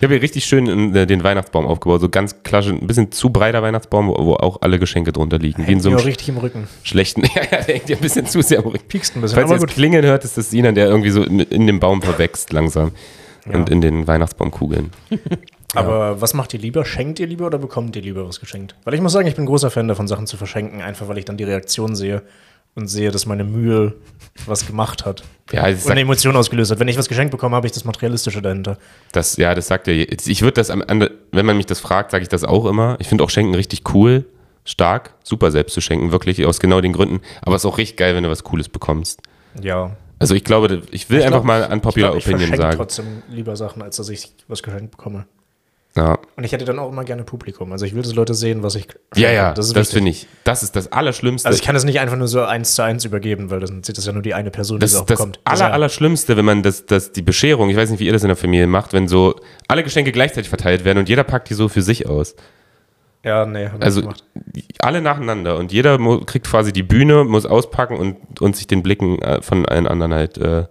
B: Ich habe hier richtig schön äh, den Weihnachtsbaum aufgebaut, so ganz klassisch, ein bisschen zu breiter Weihnachtsbaum, wo, wo auch alle Geschenke drunter liegen. Wie in so
C: ja,
B: einem
C: richtig im Rücken.
B: schlechten, ja, ja, der hängt dir ein bisschen zu sehr am Rücken.
C: Piekst ein bisschen,
B: Falls
C: aber
B: ihr das
C: gut.
B: Klingeln hört, ist das Sinan, der irgendwie so in, in dem Baum verwächst langsam
C: Ja.
B: und in den Weihnachtsbaumkugeln.
C: Aber was macht ihr lieber? Schenkt ihr lieber oder bekommt ihr lieber was geschenkt? Weil ich muss sagen, ich bin großer Fan davon, Sachen zu verschenken, einfach weil ich dann die Reaktion sehe und sehe, dass meine Mühe was gemacht hat
B: Ja, ich
C: und
B: sag,
C: eine Emotion ausgelöst hat. Wenn ich was geschenkt bekomme, habe ich das Materialistische dahinter.
B: Das, ja, das sagt er. je- Ich würde das am Ende, wenn man mich das fragt, sage ich das auch immer. Ich finde auch Schenken richtig cool, stark, super selbst zu schenken, wirklich aus genau den Gründen. Aber es ist auch richtig geil, wenn du was Cooles bekommst.
C: Ja.
B: Also ich glaube, ich will
C: Ich
B: einfach
C: glaub,
B: mal unpopular
C: ich glaub, ich
B: Opinion
C: verschenke
B: sagen.
C: trotzdem lieber Sachen, als dass ich was geschenkt bekomme.
B: Ja,
C: Und ich hätte dann auch immer gerne Publikum. Also ich will, dass Leute sehen, was ich.
B: ja,
C: schenke.
B: ja das,
C: ist wichtig.
B: finde ich. Das ist das Allerschlimmste.
C: Also ich kann das nicht einfach nur so eins zu eins übergeben, weil dann sieht das ja nur die eine Person,
B: das
C: die es
B: ist
C: auch
B: das
C: bekommt.
B: aller, Allerschlimmste, wenn man das, das, die Bescherung, ich weiß nicht, wie ihr das in der Familie macht, wenn so alle Geschenke gleichzeitig verteilt werden und jeder packt die so für sich aus.
C: ja, nee, hab ich
B: Also
C: gemacht.
B: die- alle nacheinander und jeder mu- kriegt quasi die Bühne, muss auspacken und, und sich den Blicken äh, von allen anderen halt äh,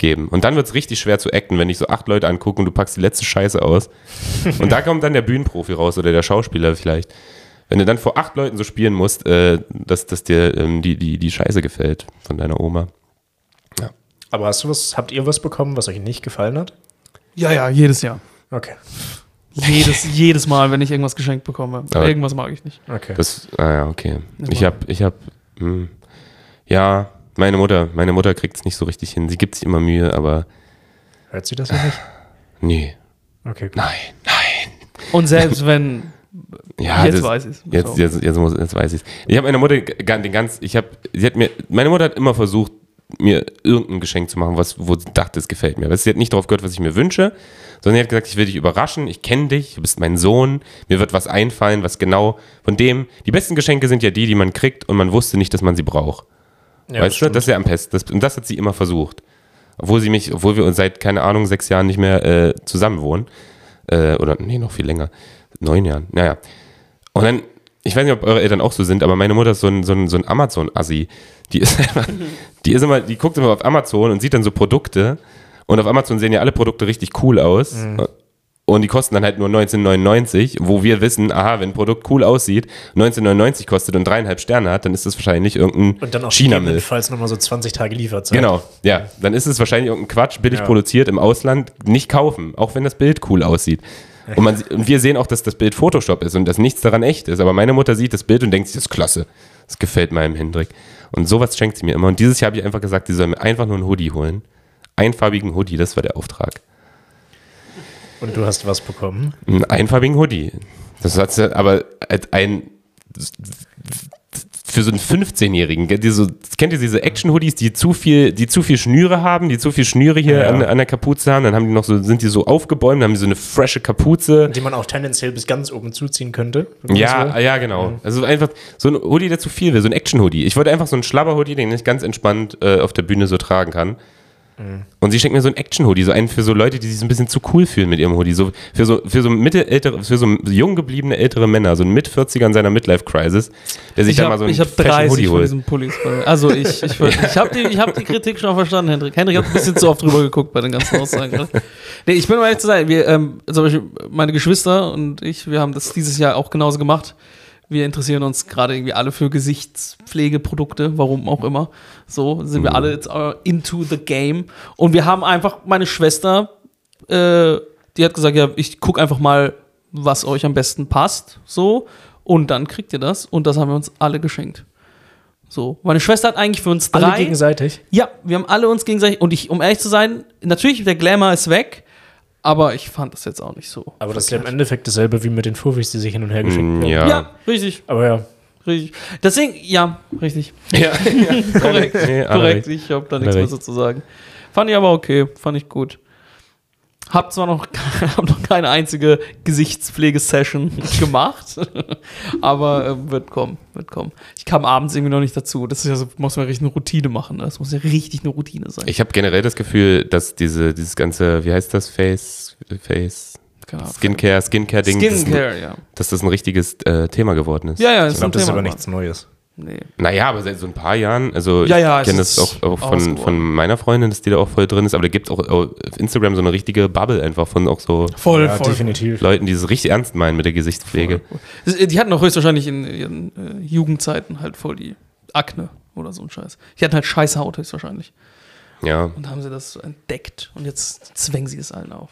B: geben. Und dann wird es richtig schwer zu acten, wenn dich so acht Leute angucken und du packst die letzte Scheiße aus. und da kommt dann der Bühnenprofi raus oder der Schauspieler vielleicht. Wenn du dann vor acht Leuten so spielen musst, äh, dass, dass dir ähm, die, die, die Scheiße gefällt von deiner Oma.
C: Aber hast du was, habt ihr was bekommen, was euch nicht gefallen hat?
A: Ja, ja, jedes Jahr.
C: Okay.
A: Jedes, jedes Mal, wenn ich irgendwas geschenkt bekomme.
B: Aber-
A: irgendwas mag ich nicht.
C: Okay.
B: Das, ah ja, okay.
A: Aber-
B: Ich hab, ich hab, hm, ja, meine Mutter, meine Mutter kriegt es nicht so richtig hin. Sie gibt sich immer Mühe, aber
C: Hört sie das ja nicht?
B: nee,
C: Okay, gut.
B: nein, nein.
A: Und selbst wenn,
B: Ja,
A: jetzt
B: das,
A: weiß ich es.
B: Jetzt, jetzt, jetzt, muss, jetzt weiß ich's. Ich habe meine Mutter g- gan- den ganz, ich habe, sie hat mir, meine Mutter hat immer versucht, mir irgendein Geschenk zu machen, was, wo sie dachte, es gefällt mir. Weil sie hat nicht darauf gehört, was ich mir wünsche, sondern sie hat gesagt, ich will dich überraschen, ich kenne dich, du bist mein Sohn, mir wird was einfallen, was genau von dem. Die besten Geschenke sind ja die, die man kriegt und man wusste nicht, dass man sie braucht.
C: Ja,
B: weißt du,
C: stimmt.
B: das ist ja am Pest. Das, und das hat sie immer versucht. Obwohl sie mich, obwohl wir uns seit, keine Ahnung, sechs Jahren nicht mehr äh, zusammen wohnen. Äh, oder, nee, noch viel länger. Neun Jahren. Naja. Und dann, ich weiß nicht, ob eure Eltern auch so sind, aber meine Mutter ist so ein, so ein, so ein Amazon-Assi. Die ist einfach, die ist immer, die guckt immer auf Amazon und sieht dann so Produkte. Und auf Amazon sehen ja alle Produkte richtig cool aus.
C: Mhm.
B: Und die kosten dann halt nur 19,99, wo wir wissen, aha, wenn ein Produkt cool aussieht, 19,99 kostet und dreieinhalb Sterne hat, dann ist das wahrscheinlich irgendein
C: Und dann auch
B: China-Milch.
C: gegebenenfalls nochmal so 20 Tage Lieferzeit.
B: Genau, ja. Dann ist es wahrscheinlich irgendein Quatsch, billig
C: Ja.
B: produziert im Ausland, nicht kaufen, auch wenn das Bild cool aussieht. Und, man, sie- und wir sehen auch, dass das Bild Photoshop ist und dass nichts daran echt ist. Aber meine Mutter sieht das Bild und denkt sich, das ist klasse. Das gefällt meinem Hendrik. Und sowas schenkt sie mir immer. Und dieses Jahr habe ich einfach gesagt, sie soll mir einfach nur einen Hoodie holen. Einfarbigen Hoodie, das war der Auftrag.
C: Und du hast was bekommen?
B: Einen einfarbigen Hoodie. Das hat sie aber als ein. Für so einen 15-Jährigen, gell, die so, kennt ihr diese Action-Hoodies, die zu viel, die zu viel Schnüre haben, die zu viel Schnüre hier
C: Ja.
B: an, an der Kapuze haben, dann haben die noch so, sind die so aufgebäumt, dann haben die so eine frische Kapuze.
C: Die man auch tendenziell bis ganz oben zuziehen könnte. wenn man das
B: Ja,
C: will.
B: ja, genau.
A: Mhm.
B: Also einfach so ein Hoodie, der zu viel will, so ein Action-Hoodie. Ich wollte einfach so einen Schlabber-Hoodie, den ich ganz entspannt äh, auf der Bühne so tragen kann.
A: Mhm.
B: Und sie schenkt mir so einen Action-Hoodie, so einen für so Leute, die sich so ein bisschen zu cool fühlen mit ihrem Hoodie. So für so, für so mittelältere, für so jung gebliebene ältere Männer, so ein mit 40ern seiner Midlife-Crisis, der sich
A: Ich
B: dann mal
A: habe
B: so einen
A: ich hab
B: fashion
A: 30
B: Hoodie
A: von
B: holt.
A: diesen Pullis. bei- Also ich, ich, ich habe die, ich hab die Kritik schon verstanden, Hendrik. Hendrik hat ein bisschen zu oft drüber geguckt bei den ganzen Aussagen. ne? Nee, ich bin um ehrlich zu sein, wir, ähm, zum Beispiel meine Geschwister und ich, wir haben das dieses Jahr auch genauso gemacht. Wir interessieren uns gerade irgendwie alle für Gesichtspflegeprodukte, warum auch immer. So sind
B: Mhm.
A: wir alle jetzt äh, into the game. Und wir haben einfach, meine Schwester äh, die hat gesagt, ja, ich guck einfach mal, was euch am besten passt, so. Und dann kriegt ihr das. Und das haben wir uns alle geschenkt. So. Meine Schwester hat eigentlich für uns drei.
C: Alle gegenseitig.
A: ja, wir haben alle uns gegenseitig. Und ich, um ehrlich zu sein, natürlich, der Glamour ist weg. Aber ich fand das jetzt auch nicht so.
C: Aber das ist ja im Endeffekt dasselbe wie mit den Furfis, die sich hin und her geschickt
B: Mm,
C: haben.
B: Ja.
A: Ja, richtig,
C: Aber ja,
A: richtig. Deswegen, ja, richtig.
B: ja.
A: Korrekt,
B: Nee, alle
A: korrekt.
B: recht.
A: Ich habe da nichts mehr
B: Alle recht.
A: so zu sagen. Fand ich aber okay, fand ich gut. Hab zwar noch, hab noch keine einzige Gesichtspflege-Session gemacht, aber äh, wird kommen, wird kommen. Ich kam abends irgendwie noch nicht dazu. Das ist ja so, muss man richtig eine Routine machen. ne? Das muss ja richtig eine Routine sein.
B: Ich habe generell das Gefühl, dass diese, dieses ganze, wie heißt das, Face, Face,
A: Keine Ahnung.
B: Skincare, Skincare-Ding, das ist ein-
A: Ah, Skincare, ja.
B: dass das ein richtiges äh, Thema geworden ist.
A: Ja, ja,
C: ich glaube, das ist aber
A: Mann.
C: nichts Neues.
A: Nee.
B: Naja, aber seit so ein paar Jahren, also
A: Ja, ja,
B: ich
A: es
B: kenne
A: ist
B: das auch, auch von,
A: ausgeworden.
B: von meiner Freundin, dass die da auch voll drin ist, aber da gibt es auch auf Instagram so eine richtige Bubble einfach von auch so
A: Voll,
C: Ja,
A: voll.
C: definitiv.
B: Leuten, die es richtig ernst meinen mit der Gesichtspflege.
A: Das- Die hatten auch höchstwahrscheinlich in ihren äh, Jugendzeiten halt voll die Akne oder so ein Scheiß. Die hatten halt Scheißhaut höchstwahrscheinlich.
B: Ja.
A: Und haben sie das entdeckt. Und jetzt zwängen sie es allen auf.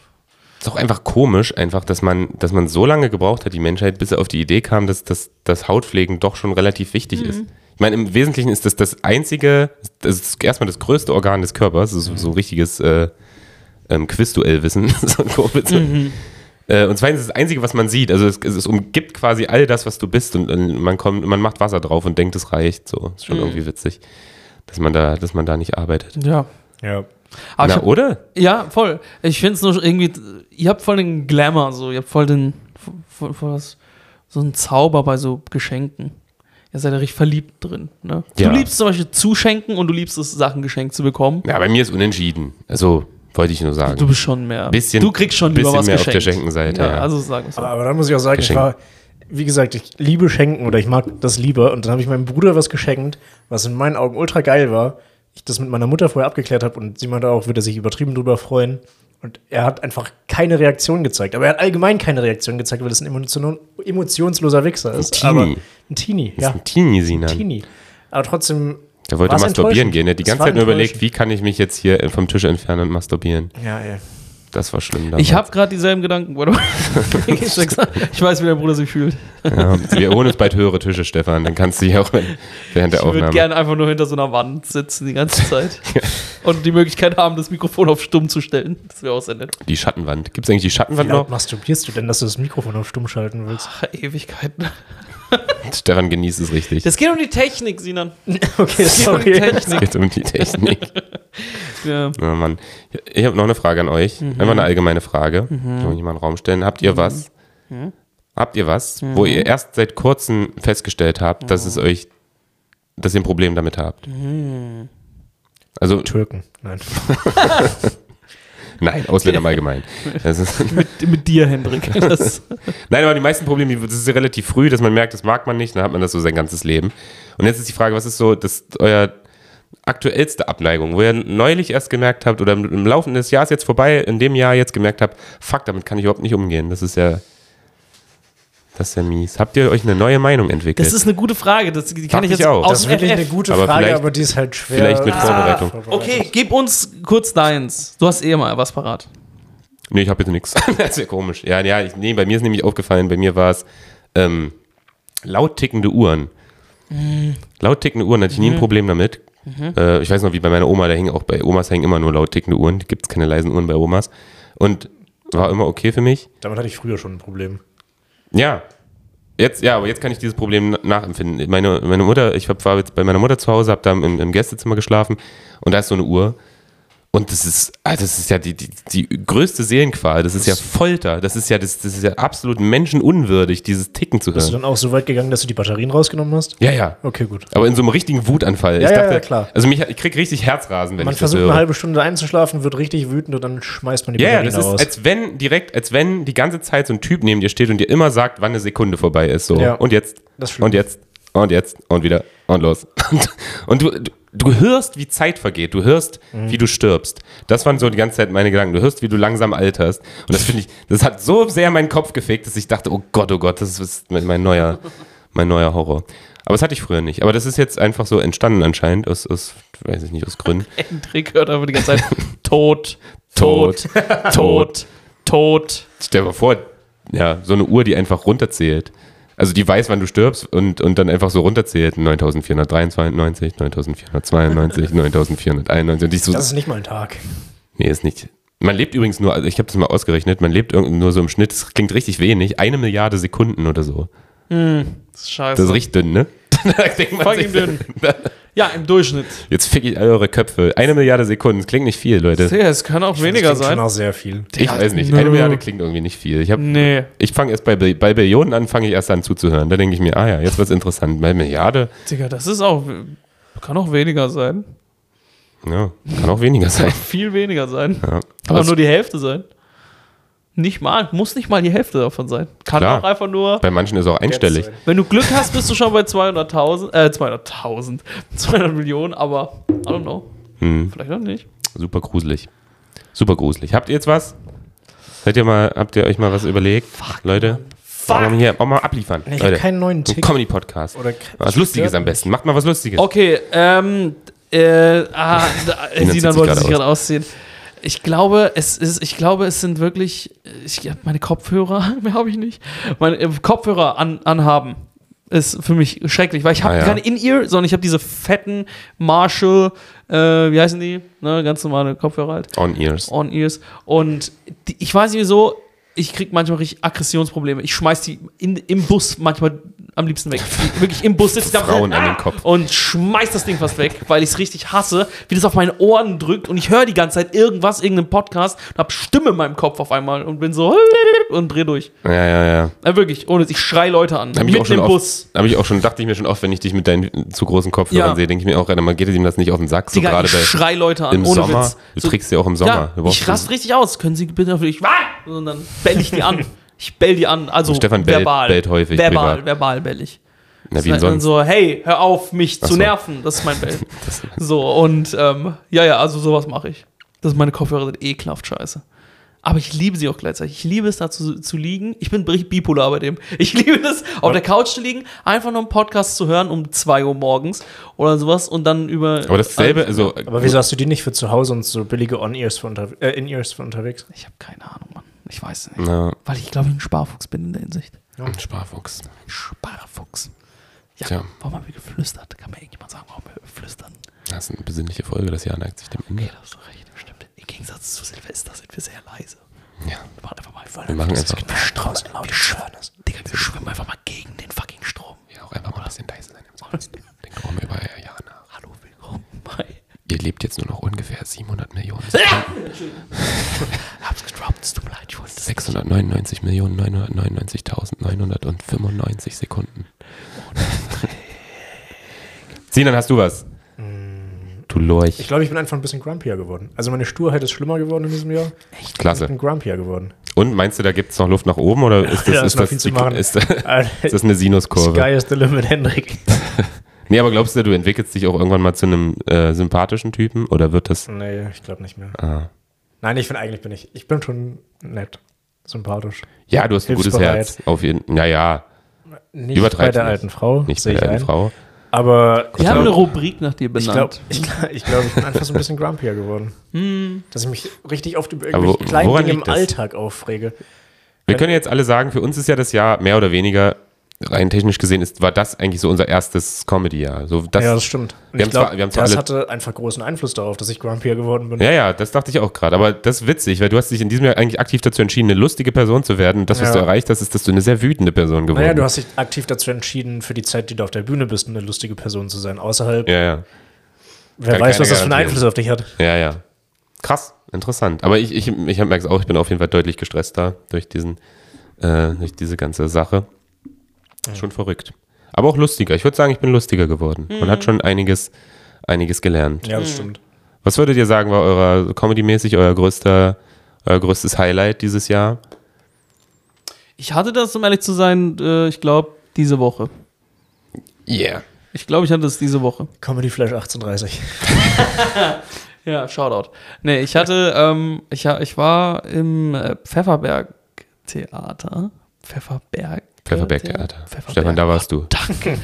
B: Ist auch einfach komisch, einfach, dass man, dass man so lange gebraucht hat, die Menschheit, bis sie auf die Idee kam, dass, dass, dass Hautpflegen doch schon relativ wichtig ist.
A: Mhm.
B: Ich meine, im Wesentlichen ist das das einzige, das ist erstmal das größte Organ des Körpers, das ist so, so richtiges äh, ähm, Quizduell-Wissen, so ein Kurbel.
A: Mhm.
B: Äh, und zweitens ist das Einzige, was man sieht. Also es, es umgibt quasi all das, was du bist und, äh, man kommt, man macht
A: Mhm.
B: Wasser drauf und denkt, es reicht. So, ist schon irgendwie witzig, dass man da, dass man da nicht arbeitet.
A: Ja.
C: Ja.
A: Aber ich
B: Na,
A: hab,
B: oder?
A: ja, voll. Ich finde es nur irgendwie, ihr habt voll den Glamour, so. Ihr habt voll den, voll, voll was, so einen Zauber bei so Geschenken. Ihr seid ja richtig verliebt drin. Ne?
B: Ja.
A: Du liebst zum Beispiel zuschenken und du liebst es, Sachen geschenkt zu bekommen.
B: Ja, bei mir ist unentschieden. Also, wollte ich nur sagen.
A: Du bist schon mehr.
B: Bisschen-
A: du kriegst schon lieber
B: bisschen
A: was
B: mehr auf
A: geschenkt.
B: der Schenkenseite, ja.
A: Also sagen wir so.
C: Aber, aber dann muss ich auch sagen, ich
B: Geschenke.
C: war, wie gesagt, ich liebe Schenken oder ich mag das lieber. Und dann habe ich meinem Bruder was geschenkt, was in meinen Augen ultra geil war. Ich das mit meiner Mutter vorher abgeklärt habe und sie meinte auch, würde sich übertrieben drüber freuen. Und er hat einfach keine Reaktion gezeigt. Aber er hat allgemein keine Reaktion gezeigt, weil das ein emotion emotionsloser Wichser ist.
B: Teenie.
C: Aber ein Teenie,
B: das
C: ja.
B: ist ein Teenie, Sinan.
C: Ein Teenie. Aber trotzdem.
B: Der wollte
C: war's
B: masturbieren
C: enttäuschend.
B: gehen. Der hat die
C: Es
B: ganze
C: war
B: Zeit nur überlegt,
C: enttäuschend.
B: wie kann ich mich jetzt hier vom Tisch entfernen und masturbieren.
C: Ja, ey.
B: Das war schlimm.
A: ich habe gerade dieselben Gedanken. Warte mal. ich weiß, wie der Bruder sich fühlt.
B: damals. ja, wir holen uns bald höhere Tische, Stefan. Dann kannst du dich auch während der
A: Ich würde
B: Aufnahme.
A: gerne einfach nur hinter so einer Wand sitzen die ganze Zeit und die Möglichkeit haben, das Mikrofon auf stumm zu stellen. Das wäre auch sehr nett.
B: Die Schattenwand. Gibt es eigentlich die
C: Wie
B: Schattenwand
C: laut
B: noch?
C: masturbierst du denn, dass du das Mikrofon auf stumm schalten willst?
A: Ach, Ewigkeiten.
B: Stefan genießt es richtig.
A: Das geht um die Technik, Sinan.
C: Okay,
A: Das geht um die Technik.
B: geht um die Technik.
A: Ja.
B: Oh Mann. Ich- Ich habe noch eine Frage an euch.
C: Mhm.
B: Einfach eine allgemeine Frage. Kann ich mal in den Raum stellen. Habt ihr was?
C: Mhm.
B: Habt ihr was, wo ihr erst seit kurzem festgestellt habt, dass
C: Mhm.
B: es euch, dass ihr ein Problem damit habt?
C: Mhm.
B: Also,
C: Türken. Nein.
B: nein, Ausländer im Allgemeinen. Das ist,
A: Mit, mit dir, Hendrik. Das,
B: nein, aber die meisten Probleme, die- das ist ja relativ früh, dass man merkt, das mag man nicht, dann hat man das so sein ganzes Leben. Und jetzt ist die Frage, was ist so das, euer aktuellste Abneigung, wo ihr neulich erst gemerkt habt oder im, im Laufe des Jahres jetzt vorbei, in dem Jahr jetzt gemerkt habt, fuck, damit kann ich überhaupt nicht umgehen. Das ist ja, das ist ja mies. Habt ihr euch eine neue Meinung entwickelt?
A: das ist eine gute Frage. Das, die kann
B: Dachte
A: ich jetzt
B: ich auch.
A: aus
C: Das ist
A: dem
C: wirklich
A: FF.
C: eine gute
B: Aber
C: Frage,
B: vielleicht-
C: aber die ist halt schwer.
B: vielleicht mit Vorbereitung.
A: Okay, gib uns kurz deins. Du hast eh mal was parat.
B: nee, ich habe jetzt nichts. Das ist ja komisch. Ja, ja, ich, nee, bei mir ist nämlich aufgefallen, bei mir war es ähm, laut tickende Uhren. Laut tickende Uhren hatte ich nie ein Problem damit. Äh, ich weiß noch, wie bei meiner Oma, da hängen auch bei Omas hängen immer nur laut tickende Uhren. Gibt es keine leisen Uhren bei Omas. Und war immer okay für mich.
C: Damit hatte ich früher schon ein Problem.
B: Ja. Jetzt, ja, aber jetzt kann ich dieses Problem na- nachempfinden. Meine, meine Mutter, ich hab, war jetzt bei meiner Mutter zu Hause, habe da im, im Gästezimmer geschlafen und da ist so eine Uhr. Und das ist, ah, das ist ja die, die, die größte Seelenqual, das ist ja Folter, das ist ja, das, das ist ja absolut menschenunwürdig, dieses Ticken zu
C: Bist du
B: hören.
C: dann auch so weit gegangen, dass du die Batterien rausgenommen hast?
B: Ja, ja.
C: Okay, gut.
B: Aber in so einem richtigen Wutanfall.
C: Ja,
B: ich
C: ja,
B: dachte,
C: ja, klar.
B: Also mich, ich krieg richtig Herzrasen, wenn
C: Man
B: ich das
C: versucht
B: höre.
C: eine halbe Stunde einzuschlafen, wird richtig wütend und dann schmeißt man die
B: Ja, ja,
C: Batterien
B: das ist,
C: raus.
B: als wenn direkt, als wenn die ganze Zeit so ein Typ neben dir steht und dir immer sagt, wann eine Sekunde vorbei ist. So.
C: Ja.
B: Und jetzt.
C: Das ist schlimm.
B: und jetzt. Und jetzt. Und wieder. Und los. Und, und du, du, du hörst, wie Zeit vergeht. Du hörst,
C: Mhm.
B: wie du stirbst. Das waren so die ganze Zeit meine Gedanken. Du hörst, wie du langsam alterst. Und das finde ich, das hat so sehr meinen Kopf gefickt, dass ich dachte, oh Gott, oh Gott, das ist mein, mein neuer, mein neuer Horror. Aber das hatte ich früher nicht. Aber das ist jetzt einfach so entstanden anscheinend aus, aus weiß ich nicht, aus Gründen.
A: Hendrik hört aber die ganze Zeit tot,
B: Tot,
A: tot, tot, tot.
B: Stell dir mal vor, ja, so eine Uhr, die einfach runterzählt. Also die weiß, wann du stirbst und, und dann einfach so runterzählt. 9493, 9492, 9491. Und ich so,
C: das ist nicht mal ein Tag.
B: nee, ist nicht. Man lebt übrigens nur, also ich habe das mal ausgerechnet, man lebt irgend- nur so im Schnitt, das klingt richtig wenig, eine Milliarde Sekunden oder so.
A: Das ist scheiße.
B: Das ist richtig dünn, ne? da denkt man
A: Voll
B: sich,
A: dünn. Ja, im Durchschnitt.
B: Jetzt fick ich all eure Köpfe. Eine Milliarde Sekunden, das klingt nicht viel, Leute.
A: Ja, es kann auch weniger
C: das klingt
A: sein.
C: schon auch sehr viel.
B: Ich weiß nicht,
A: Nö.
B: eine Milliarde klingt irgendwie nicht viel. Ich habe
A: Nee.
B: Ich fange erst bei, Bill- bei Billionen an, fange ich erst an zuzuhören. Da denke ich mir, ah ja, jetzt wird's interessant. Bei Milliarde,
A: Digga, das ist auch. Kann auch weniger sein.
B: ja, kann auch weniger sein.
A: Viel weniger sein.
B: Ja.
A: Kann
B: Aber
A: auch nur die Hälfte sein. Nicht mal, muss nicht mal die Hälfte davon sein. Kann
B: Klar.
A: auch einfach nur.
B: bei manchen ist auch einstellig.
A: Wenn du Glück hast, bist du schon bei 200.000, äh, 200.000, 200 Millionen, aber I don't know.
B: Hm,
A: Vielleicht auch nicht.
B: super gruselig. Super gruselig. Habt ihr jetzt was? Seid ihr mal, habt ihr euch mal was überlegt? Leute, Auch, mal
A: Fuck!
B: hier, auch mal abliefern.
C: Nee, ich habe
B: Leute,
C: keinen neuen
B: so ein
C: Tick.
B: Comedy-Podcast.
C: Oder
B: Was Lustiges am besten. Macht mal was Lustiges.
A: Okay, ähm, äh, ah, da,
B: Sinan zieht
A: Sinan
B: sich
A: wollte
B: gerade
A: sich gerade ausziehen. Ich glaube, es ist, ich glaube, es sind wirklich, äh, ich hab meine Kopfhörer, mehr habe ich nicht, meine äh, Kopfhörer an, anhaben ist für mich schrecklich, weil ich habe
B: Ah, ja.
A: keine In-Ear, sondern ich habe diese fetten Marshall, äh, wie heißen die? Ne, ganz normale Kopfhörer halt.
B: On Ears.
A: On-Ears. Und die, ich weiß nicht wieso, ich krieg manchmal richtig Aggressionsprobleme. Ich schmeiß die in, im Bus manchmal am liebsten weg. Wirklich im Bus sitzt
B: Frauen an den Kopf.
A: und schmeiß das Ding fast weg, weil ich es richtig hasse, wie das auf meine Ohren drückt und ich höre die ganze Zeit irgendwas, irgendeinen Podcast und hab Stimme in meinem Kopf auf einmal und bin so und dreh durch.
B: Ja, ja, ja.
A: Ja, wirklich, ohne ich schrei Leute an.
B: Hab ich,
A: mitten
B: auch schon
A: im
B: oft,
A: Bus.
B: hab ich auch schon, dachte ich mir schon oft, wenn ich dich mit deinen zu großen Kopfhörern
A: Ja.
B: sehe, denke ich mir auch, Alter, man geht ihm das nicht auf den Sack, so
A: Digga,
B: gerade
A: ich
B: bei,
A: schrei Leute an,
B: im
A: ohne
B: Sommer.
A: Witz.
B: Du
A: So-
B: trägst ja auch im Sommer.
A: Ja,
B: Du brauchst-
A: ich raste richtig aus. Können Sie bitte auf ich "Wah!" und dann bell ich die an. Ich bell die an, also
B: Stefan bellt-
A: verbal,
B: bellt häufig
A: verbal,
B: privat.
A: verbal bell ich.
B: Na, wie
A: Dann
B: denn sonst?
A: so, hey, hör auf, mich
B: Ach
A: zu
B: so.
A: nerven. Das ist mein Bell. so, und ähm, ja, ja, also sowas mache ich. Das meine Kopfhörer sind ekelhaft scheiße. Aber ich liebe sie auch gleichzeitig. Ich liebe es, da zu, zu liegen. Ich bin richtig bipolar bei dem. Ich liebe es, auf der Couch zu liegen, einfach nur einen Podcast zu hören um 2 Uhr morgens oder sowas und dann über.
B: Aber dasselbe, also,
C: Aber wieso hast du die nicht für zu Hause und so billige On-Ears für, unter äh, In-Ears für unterwegs?
A: Ich habe keine Ahnung, Mann. Ich weiß nicht.
B: na,
A: Weil ich glaube, ich ein Sparfuchs bin in der Hinsicht.
B: Sparfuchs.
A: Ein Sparfuchs. Ja,
B: Tja.
A: warum haben wir geflüstert? Kann mir irgendjemand sagen, warum wir flüstern?
B: Das ist eine besinnliche Folge, das Jahr neigt sich dem Ende.
A: Okay, da hast du recht, stimmt. Im Gegensatz zu Silvester sind wir sehr leise.
B: Ja.
A: Wir machen einfach mal
B: Wir machen einfach,
A: draußen laut. Wir schwimmen, Digga, wir schwimmen einfach mal gegen den fucking Strom.
B: ja, auch einfach mal ein bisschen leise sein im Sonst. Den kommen über ein Jahr nach.
A: Hallo, willkommen bei.
B: Ihr lebt jetzt nur noch ungefähr 700 Millionen,
A: Hab's gedroppt, es tut mir leid, ich wollte das.
B: 699 Millionen 999.995 Sekunden. Sinan, hast du was? Du
C: Ich
B: Lorch.
C: glaube, Mm. ich bin einfach ein bisschen grumpier geworden. Also meine Sturheit ist schlimmer geworden in diesem Jahr. Ich
B: Klasse.
C: bin grumpier geworden.
B: Und meinst du, da gibt es noch Luft nach oben oder ist das,
C: Ja, ist
B: ist
C: noch
B: das,
C: viel zu machen.
B: Ist, das- ist
C: Alter,
B: das eine Sinuskurve?
C: Sky is the limit, Hendrik.
B: Nee, aber glaubst du, du entwickelst dich auch irgendwann mal zu einem äh, sympathischen Typen oder wird das.
C: Nee, ich glaube nicht mehr.
B: Ah.
C: Nein, ich bin eigentlich bin ich. Ich bin schon nett, sympathisch.
B: Ja, du hast ein gutes
C: Hilfsbereit.
B: Herz. Auf jeden Naja,
C: Nicht
B: Übertreib's
C: bei der
B: nicht.
C: alten Frau.
B: nicht bei
C: sehe
B: der
C: ich
B: alten
C: ein.
B: Frau.
C: Aber
A: Wir haben
B: glaub-
A: eine Rubrik nach dir
C: ich glaube,
A: benannt.
C: ich, glaub, ich, glaub, ich bin einfach so ein bisschen grumpier geworden. Dass ich mich richtig oft über
B: wo-
C: irgendwelche kleinen
B: woran
C: Dinge im
B: liegt das?
C: Alltag aufrege.
B: Wir können jetzt alle sagen, für uns ist ja das Jahr mehr oder weniger, rein technisch gesehen, ist, war das eigentlich so unser erstes Comedy-Jahr. So, das,
C: ja, das stimmt.
B: wir
C: Und ich
B: haben zwar-
C: glaube,
B: wir haben
C: das
B: zwar alle-
C: hatte einfach großen Einfluss darauf, dass ich grumpier geworden bin.
B: Ja, ja, das dachte ich auch gerade. Aber das ist witzig, weil du hast dich in diesem Jahr eigentlich aktiv dazu entschieden, eine lustige Person zu werden. Und das, was
C: Ja.
B: du erreicht hast, ist, dass du eine sehr wütende Person geworden
C: Naja, du
B: bist.
C: hast dich aktiv dazu entschieden, für die Zeit, die du auf der Bühne bist, eine lustige Person zu sein. Außerhalb,
B: Ja, ja.
C: wer
B: kann keiner
C: weiß, was das für einen
B: garantieren.
C: Einfluss auf dich hat.
B: Ja, ja. Krass, interessant. Aber ich, ich, ich merke es auch, ich bin auf jeden Fall deutlich gestresster durch diesen, äh, durch diese ganze Sache. Schon verrückt. Aber auch lustiger. Ich würde sagen, ich bin lustiger geworden. Man hat schon einiges, einiges gelernt.
C: Ja, das stimmt.
B: Was würdet ihr sagen, war eurer Comedy-mäßig euer größter, euer größtes Highlight dieses Jahr?
A: Ich hatte das, um ehrlich zu sein, äh, ich glaube, diese Woche.
B: Yeah.
A: Ich glaube, ich hatte es diese Woche.
C: Comedy Flash 1830.
A: Ja, Shoutout. Nee, ich hatte, ähm, ich, ha- ich war im äh, Pfefferberg-Theater. Pfefferberg.
B: Pfefferberg-Theater.
A: Pfefferberg.
B: Stefan, da warst du.
A: Danke.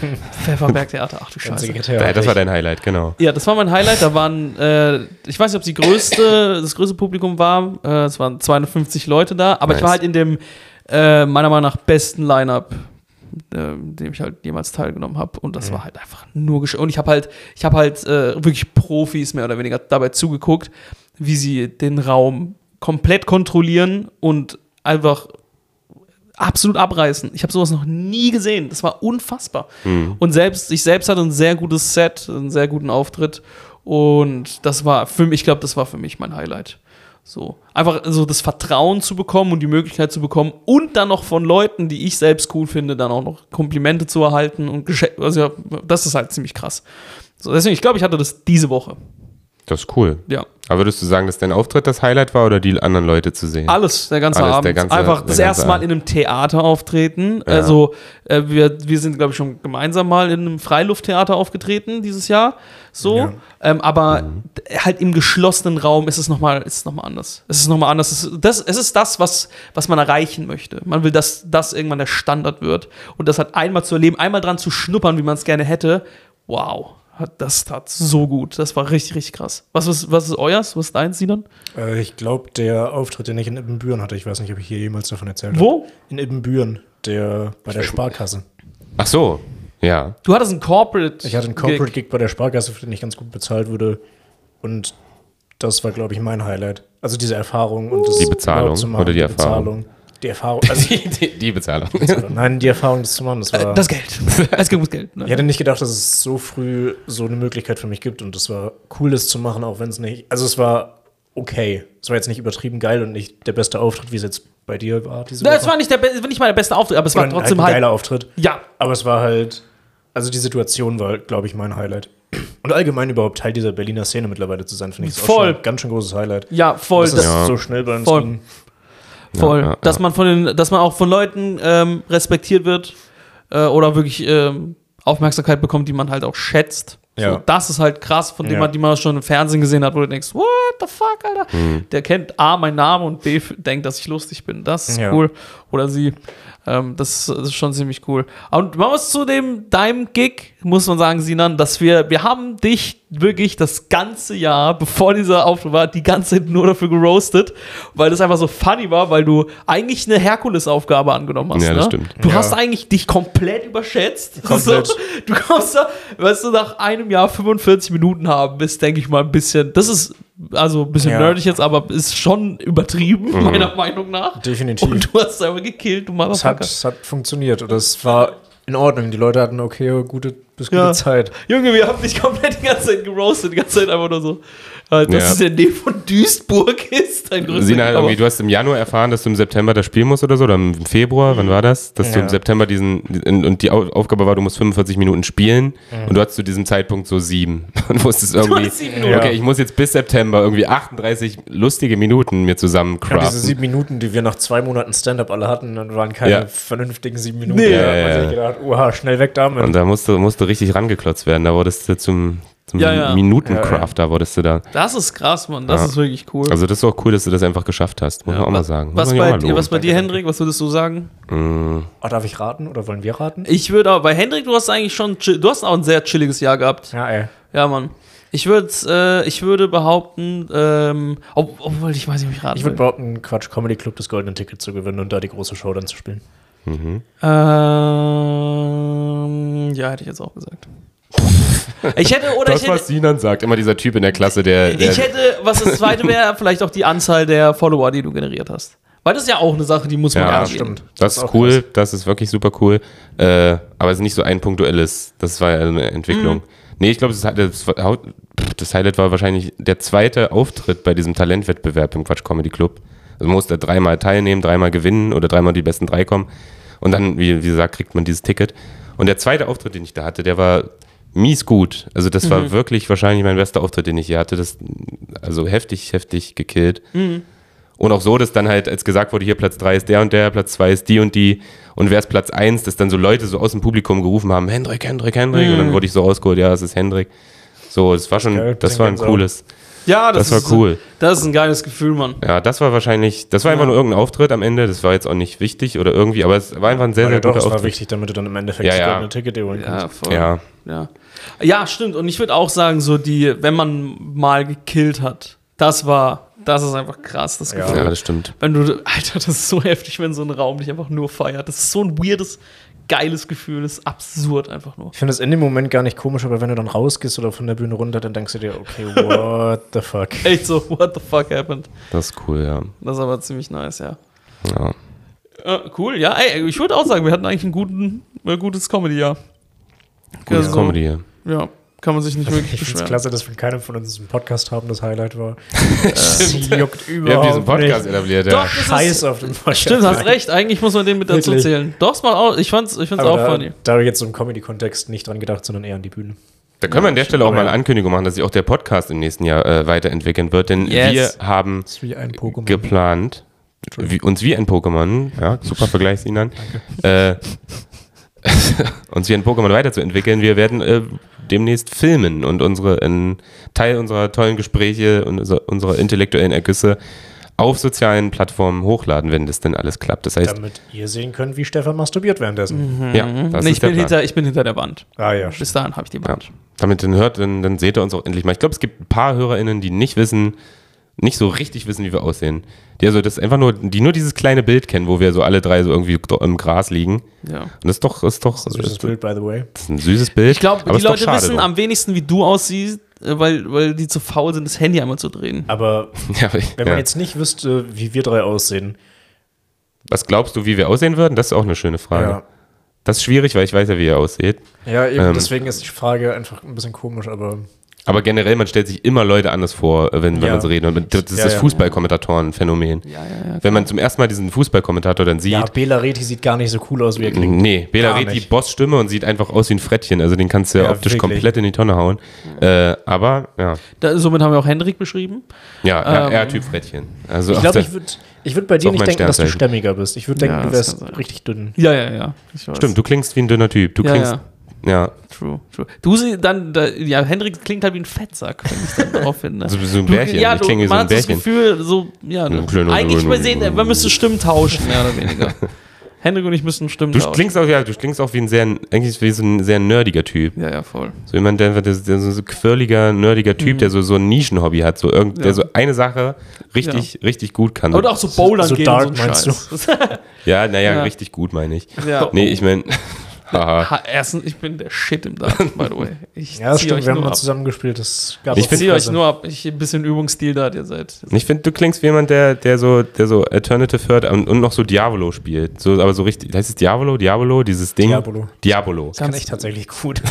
A: Pfefferberg-Theater. Ach du
C: Dein
A: Scheiße.
C: Sekretär.
B: das war dein Highlight, genau.
A: Ja, das war mein Highlight. Da waren, äh, ich weiß nicht, ob es die größte, das größte Publikum war. Äh, es waren 250 Leute da, aber ich
B: Nice.
A: war halt in dem äh, meiner Meinung nach besten Line-up, äh, dem ich halt jemals teilgenommen habe. Und
B: Mhm.
A: das war halt einfach nur gesch Und ich habe halt, ich habe halt äh, wirklich Profis mehr oder weniger dabei zugeguckt, wie sie den Raum komplett kontrollieren und einfach absolut abreißen. Ich habe sowas noch nie gesehen. Das war unfassbar. Und selbst, ich selbst hatte ein sehr gutes Set, einen sehr guten Auftritt. Und das war für mich, ich glaube, das war für mich mein Highlight. So. Einfach so das Vertrauen zu bekommen und die Möglichkeit zu bekommen und dann noch von Leuten, die ich selbst cool finde, dann auch noch Komplimente zu erhalten und Geschä- also das ist halt ziemlich krass. So, deswegen, ich glaube, ich hatte das diese Woche.
B: Das ist cool.
A: Ja.
B: Aber würdest du sagen, dass dein Auftritt das Highlight war oder die anderen Leute zu sehen?
A: Alles, der ganze
B: Alles, der
A: Abend.
B: ganze-
A: Einfach das
B: der ganze
A: erste Mal
B: Abend.
A: in einem Theater auftreten.
B: Ja.
A: Also, äh, wir, wir sind, glaube ich, schon gemeinsam mal in einem Freilufttheater aufgetreten dieses Jahr. So.
C: Ja.
A: Ähm, aber
B: Mhm.
A: d- halt im geschlossenen Raum ist es nochmal noch mal anders. Es ist nochmal anders. Es ist das, es ist das was, was man erreichen möchte. Man will, dass das irgendwann der Standard wird. Und das halt einmal zu erleben, einmal dran zu schnuppern, wie man es gerne hätte. Wow. Hat- Das tat so gut. Das war richtig, richtig krass. Was ist, was ist euers? Was ist deins, Sinan?
C: Äh, ich glaube, der Auftritt, den ich in Ibbenbüren hatte, ich weiß nicht, ob ich hier jemals davon erzählt habe.
A: Wo?
C: In Ibbenbüren, der, bei der Sparkasse.
B: Ach so. Ja.
A: Du hattest ein Corporate.
C: Ich hatte einen Corporate-Gig bei der Sparkasse, für den ich ganz gut bezahlt wurde. Und das war, glaube ich, mein Highlight. Also diese Erfahrung und das
B: Die Bezahlung
C: überhaupt zu machen,
B: oder die Erfahrung?
C: Bezahlung. Die Erfahrung. Also,
B: Die, die, die Bezahlung.
C: nein, die Erfahrung des Mannes war.
A: Äh, das Geld. Es gibt das Geld. Ne?
C: ich hätte nicht gedacht, dass es so früh so eine Möglichkeit für mich gibt und es war cool, das zu machen, auch wenn es nicht. Also es war okay. Es war jetzt nicht übertrieben geil und nicht der beste Auftritt, wie es jetzt bei dir war. Diese
A: Na, es
C: Woche.
A: war nicht, der, be- nicht mal der beste Auftritt, aber es war
C: Oder
A: trotzdem
C: halt ein
A: halt.
C: geiler Auftritt.
A: Ja,
C: Aber es war halt, also die Situation war, glaube ich, mein Highlight. Und allgemein überhaupt Teil dieser Berliner Szene mittlerweile zu sein, finde ich ist auch
A: Voll.
C: schon ein ganz schön großes Highlight.
A: ja, voll.
C: Dass das
A: Das,
B: Ja.
C: so schnell bei uns
A: Voll.
C: ging.
A: voll.
B: Ja, ja,
A: Dass
B: ja.
A: man von den, dass man auch von Leuten ähm, respektiert wird äh, oder wirklich ähm, Aufmerksamkeit bekommt, die man halt auch schätzt.
C: Ja.
A: So, das ist halt krass, von dem
C: Ja.
A: man, die man schon im Fernsehen gesehen hat, wo du denkst, what the fuck, Alter?
C: Hm.
A: Der kennt A, meinen Namen und B, f- denkt, dass ich lustig bin. Das ist
C: Ja.
A: cool. Oder sie. Ähm, das, das ist schon ziemlich cool. Und man muss zu dem, deinem Gig, muss man sagen, Sinan, dass wir, wir haben dich wirklich das ganze Jahr, bevor dieser Auftritt war, die ganze Zeit nur dafür geroastet, weil das einfach so funny war, weil du eigentlich eine Herkulesaufgabe angenommen hast.
B: Ja,
A: ne?
B: das stimmt.
A: Du
C: Ja.
A: hast eigentlich dich komplett überschätzt.
C: Komplett.
A: So, du kommst da, weißt du, nach einem Jahr 45 Minuten haben, ist, denke ich mal, ein bisschen, das ist, also ein bisschen
C: Ja.
A: nerdig jetzt, aber ist schon übertrieben,
B: Mhm.
A: meiner Meinung nach.
C: Definitiv.
A: Und Oh, du hast selber gekillt, du
C: Es hat,
A: Motherfucker.
C: es hat funktioniert oder es war in Ordnung. Die Leute hatten eine okay, oh, gute, bis gute
A: Ja.
C: Zeit.
A: Junge, wir haben dich komplett die ganze Zeit geroastet, die ganze Zeit einfach nur so. äh, Dass
B: Ja.
A: es der Nähe von Duisburg ist, dein größter
B: Sina,
A: Gegner.
B: irgendwie, du hast im Januar erfahren, dass du im September das spielen musst oder so, oder im Februar, wann war das? Dass du
C: Ja.
B: im September diesen, in- und die Au- Aufgabe war, du musst 45 Minuten spielen und du hattest zu diesem Zeitpunkt so sieben und wusstest irgendwie,
A: hattest Mhm. sieben Minuten.
B: okay,
C: Ja.
B: ich muss jetzt bis September irgendwie 38 lustige Minuten mir zusammen
C: Und diese
B: craften.
C: sieben Minuten, die wir nach zwei Monaten Stand-up alle hatten, dann waren keine
B: Ja.
C: vernünftigen sieben Minuten.
A: Nee.
C: Da
B: Ja, ja,
C: hat man
B: ja.
C: sich gedacht, oha, schnell weg damit.
B: Und da musste, musste richtig rangeklotzt werden, da wurdest du zum, zum
A: Ja, ja.
B: Minutencrafter, wurdest du da.
A: Das ist krass, Mann, das
B: Ja.
A: ist wirklich cool.
B: Also das ist auch cool, dass du das einfach geschafft hast, muss man auch mal sagen. Muss
A: Was
B: man ja auch
A: bei,
B: mal
A: dir, was bei
B: loben.
A: dir, Hendrik, was würdest du sagen?
C: oh, darf ich raten oder wollen wir raten?
A: Ich würde aber, bei Hendrik, du hast eigentlich schon, chill- du hast auch ein sehr chilliges Jahr gehabt.
C: Ja, ey.
A: Ja, Mann. Ich würde, äh, ich würde behaupten, ähm, ob, obwohl ich weiß nicht, ob ich raten
C: Ich würde
A: will.
C: behaupten, Quatsch, Comedy Club das goldene Ticket zu gewinnen und da die große Show dann zu spielen.
A: Ähm, ja, hätte ich jetzt auch gesagt. Ich hätte, oder ich
B: Das, was
A: hätte,
B: Sinan sagt, immer dieser Typ in der Klasse, der, der
A: ich hätte, was das zweite wäre, vielleicht auch die Anzahl der Follower, die du generiert hast. Weil das ist ja auch eine Sache, die muss man
B: Ja,
A: angehen.
C: stimmt.
B: Das,
C: ist
B: ist
C: auch
B: cool, das ist wirklich super cool. Äh, aber es ist nicht so ein punktuelles. Das war ja eine Entwicklung.
C: Mhm.
B: Nee, ich glaube, das, hat- das, war- pff, das Highlight war wahrscheinlich der zweite Auftritt bei diesem Talentwettbewerb im Quatsch Comedy Club. Also man muss da dreimal teilnehmen, dreimal gewinnen oder dreimal die besten drei kommen. Und dann, wie, wie gesagt, kriegt man dieses Ticket. Und der zweite Auftritt, den ich da hatte, der war mies gut. Also das
C: Mhm.
B: war wirklich wahrscheinlich mein bester Auftritt, den ich hier hatte. Das, also heftig, heftig gekillt. Und auch so, dass dann halt, als gesagt wurde, hier Platz 3 ist der und der, Platz 2 ist die und die. Und wer ist Platz 1, dass dann so Leute so aus dem Publikum gerufen haben, Hendrik, Hendrik, Hendrik. Und dann wurde ich so rausgeholt, ja, es ist Hendrik. So, das war schon,
C: Mhm. Geil,
B: das war ein
C: bisschen Gänsehaut.
B: cooles.
A: Ja, das,
B: Das war
A: ist,
B: cool.
A: Das ist ein geiles Gefühl, Mann.
B: Ja, das war wahrscheinlich, das war einfach nur irgendein Auftritt am Ende. Das war jetzt auch nicht wichtig oder irgendwie, aber es war einfach ein sehr,
C: Weil
B: sehr
C: ja, doch,
B: guter
C: es war
B: Auftritt.
C: wichtig, damit du dann im Endeffekt
B: Ja,
C: das
B: ja.
C: goldene Ticket dir holen kannst.
A: voll.
B: Ja,
A: Ja. ja, stimmt. Und ich würde auch sagen, so die, wenn man mal gekillt hat, das war, das ist einfach krass, das
C: Ja.
A: Gefühl.
B: ja, das stimmt.
A: Wenn du, Alter, das ist so heftig, wenn so ein Raum dich einfach nur feiert. Das ist so ein weirdes, geiles Gefühl. Das ist absurd einfach nur.
C: Ich finde es in dem Moment gar nicht komisch, aber wenn du dann rausgehst oder von der Bühne runter, dann denkst du dir, okay, what the fuck.
A: Echt so, what the fuck happened?
B: Das ist cool, ja.
A: Das ist aber ziemlich nice, ja.
B: ja.
A: Äh, cool, ja, ey, ich würde auch sagen, wir hatten eigentlich ein guten, äh, gutes Comedy-Jahr.
B: Gutes
A: Also,
B: Comedy. hier.
A: Ja, kann man sich nicht wirklich
C: Ich finde es
A: beschweren.
C: klasse, dass wir keinen von uns einen Podcast haben, das Highlight war. Das juckt
B: Wir haben diesen
C: überhaupt
B: Podcast
C: nicht.
B: etabliert,
A: Doch,
B: ja.
A: das ist-
C: Scheiß auf den Podcast.
A: Stimmt, hast recht. Eigentlich muss man den mit dazu
C: Wirklich.
A: zählen. Doch, es macht auch, ich fand's, ich find's
C: Aber
A: auch
C: da,
A: funny.
C: da habe ich jetzt so im Comedy-Kontext nicht dran gedacht, sondern eher an die Bühne.
B: Da können wir an der Stelle auch
C: Aber
B: mal eine
C: ja.
B: Ankündigung machen, dass sich auch der Podcast im nächsten Jahr äh, weiterentwickeln wird, denn
A: Yes.
B: wir haben
C: Das ist wie ein Pokémon.
B: geplant. Wie, uns wie ein Pokémon, ja, super Vergleich, Sinan. Äh, uns wie ein Pokémon weiterzuentwickeln. Wir werden äh, demnächst filmen und unsere einen Teil unserer tollen Gespräche und unser, unserer intellektuellen Ergüsse auf sozialen Plattformen hochladen, wenn das denn alles klappt. Das heißt,
C: damit ihr sehen könnt, wie Stefan masturbiert währenddessen.
A: Mhm.
B: ja, das
A: Nee,
B: ist
A: ich,
B: der
A: bin
B: Plan.
A: hinter, ich bin hinter der Wand.
C: Ah ja,
A: Bis dahin habe ich die
B: Ja.
A: Wand.
B: Damit dann hört, dann, dann seht ihr uns auch endlich mal. Ich glaube, es gibt ein paar HörerInnen, die nicht wissen, nicht so richtig wissen, wie wir aussehen. Die also das einfach nur, die nur dieses kleine Bild kennen, wo wir so alle drei so irgendwie dro- im Gras liegen. Und
A: Ja.
B: das ist doch, ist doch,
C: süßes
B: ist,
C: Bild, by the way.
B: ist ein süßes Bild.
A: Ich glaube,
B: aber
A: die
B: ist doch
A: Leute
B: schade
A: wissen
B: drum.
A: am wenigsten, wie du aussiehst, äh, weil, weil die zu faul sind, das Handy einmal zu drehen.
C: Aber
B: Ja,
C: wenn man
B: ja.
C: jetzt nicht wüsste, wie wir drei aussehen,
B: Was glaubst du, wie wir aussehen würden? Das ist auch eine schöne Frage.
C: Ja.
B: Das ist schwierig, weil ich weiß ja, wie ihr ausseht.
C: Ja, eben,
B: Ähm.
C: deswegen ist die Frage einfach ein bisschen komisch, aber
B: Aber generell, man stellt sich immer Leute anders vor, äh, wenn, wenn
C: Ja.
B: man so redet. Und Das ist
C: Ja,
B: das
C: ja.
B: Fußballkommentatoren-Phänomen.
A: Ja, ja, ja.
B: Wenn man zum ersten Mal diesen Fußballkommentator dann sieht,
C: ja, Bela Reti sieht gar nicht so cool aus, wie er klingt.
B: Nee, Bela
C: Gar
B: Reti,
C: nicht.
B: Boss-Stimme und sieht einfach aus wie ein Frettchen. Also den kannst du ja,
C: Ja,
B: optisch
C: wirklich.
B: komplett in die Tonne hauen. Äh, aber, ja.
A: Da, somit haben wir auch Hendrik beschrieben.
B: Ja,
A: Ähm,
B: er Typ Frettchen. Also
C: Ich
B: auf
C: glaube,
B: der-
C: ich würde ich würd bei
B: auch
C: dir nicht
B: mein
C: denken, dass du
B: Sternzeichen.
C: stämmiger bist. Ich würde denken,
A: Ja,
C: du
A: das
C: wärst
A: kann sein.
C: richtig dünn.
A: Ja, ja, ja. Ich weiß.
B: stimmt, du klingst wie ein dünner Typ. Du
A: Ja,
B: klingst,
A: ja.
B: ja,
A: True, true. Du siehst dann, da, ja, Hendrik klingt halt wie ein Fettsack, wenn ich dann ne? darauf finde.
B: So- so ein
A: Du-
B: Bärchen,
A: Ja,
B: ich
A: du,
B: klinge wie so
A: man
B: ein
A: hat das
B: Bärchen.
A: Gefühl, so, ja,
B: Ein
A: du,
B: kleiner-
A: eigentlich mal sehen, man müsste Stimmen tauschen, mehr oder weniger. Hendrik und ich müssen Stimmen
B: Du
A: tauschen.
B: klingst auch, ja, du klingst auch wie ein sehr, eigentlich wie so ein sehr nerdiger Typ.
A: Ja, ja, voll.
B: So jemand, der, der, der so ein quirliger, nerdiger Typ, der so, so ein Nischenhobby hat, so irgend,
A: Mhm. Ja.
B: der so eine Sache richtig, richtig gut kann.
A: Und auch so Bowlern
C: so
A: gehen
C: dark
A: und so einen
C: meinst
A: Scheiß.
B: ja, naja,
A: Ja.
B: richtig gut, meine ich.
A: Ja.
B: Nee, ich meine, haha.
A: Ha, erstens, ich bin der Shit im Dart, by the way. Ich
C: Ja, das
A: zieh
C: stimmt,
A: euch
C: wir haben
A: nur
C: mal
A: ab.
C: zusammengespielt. Das gab
B: Ich
A: Ich
C: auch
A: ziehe euch
C: Presse.
A: nur ab. Ich ein bisschen Übungsstil da, ihr seid.
B: Ich finde, du klingst wie jemand, der, der so, der so Alternative hört und, und noch so Diabolo spielt. So, aber so richtig, heißt es Diabolo? Diabolo? Dieses Ding?
C: Diabolo.
B: Diabolo.
C: Das kann ich tatsächlich gut.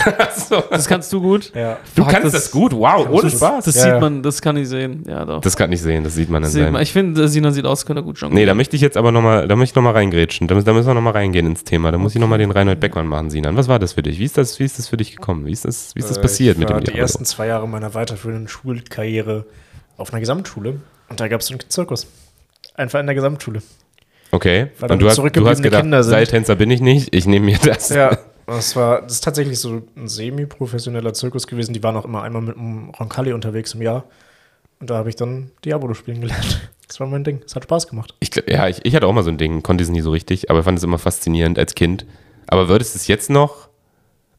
A: Das kannst du gut.
C: ja.
B: Du
A: Fuck,
B: kannst das, gut, wow, ohne
C: das-
B: Spaß.
A: Das
C: Ja,
A: sieht
C: ja.
A: man, das kann ich sehen. Ja, doch.
B: Das kann ich sehen, das sieht man in
A: Das sieht man.
B: seinem.
A: Ich finde, Sinan sieht aus, könnte gut jonglieren.
B: Nee, da möchte ich jetzt aber nochmal, da möchte ich nochmal reingrätschen. Da, mü- da müssen wir nochmal reingehen ins Thema. Da muss ich nochmal den Reinhold Beckmann machen, Sinan. Was war das für dich? Wie ist das, wie ist das für dich gekommen? Wie ist das, wie ist das passiert
C: Äh, ich
B: mit dem
C: war
B: Diabolo?
C: Die ersten zwei Jahre meiner weiterführenden Schulkarriere auf einer Gesamtschule und da gab es einen Zirkus. Einfach in der Gesamtschule.
B: Okay.
C: Weil
B: Und du
C: dann
B: hast, du hast
C: zurückgebliebene
B: gedacht,
C: Kinder sind.
B: Seiltänzer bin ich nicht, ich nehme mir das.
C: Ja. Das war das ist tatsächlich so ein semi-professioneller Zirkus gewesen. Die waren auch immer einmal mit einem Roncalli unterwegs im Jahr. Und da habe ich dann Diabolo spielen gelernt. Das war mein Ding. Es hat Spaß gemacht.
B: Ich, gl- ja, ich, ich hatte auch mal so ein Ding, konnte es nie so richtig, aber fand es immer faszinierend als Kind. Aber würdest du es jetzt noch?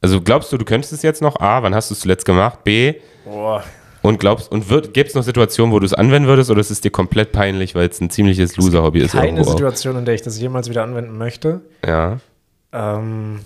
B: Also glaubst du, du könntest es jetzt noch? A, wann hast du es zuletzt gemacht? B,
C: Boah.
B: und glaubst, und wird, gäbe es noch Situationen, wo du es anwenden würdest oder ist es dir komplett peinlich, weil es ein ziemliches Loser-Hobby ist?
C: Keine
B: irgendwo auch?
C: Situation, in der ich das jemals wieder anwenden möchte.
B: Ja.
C: Ähm,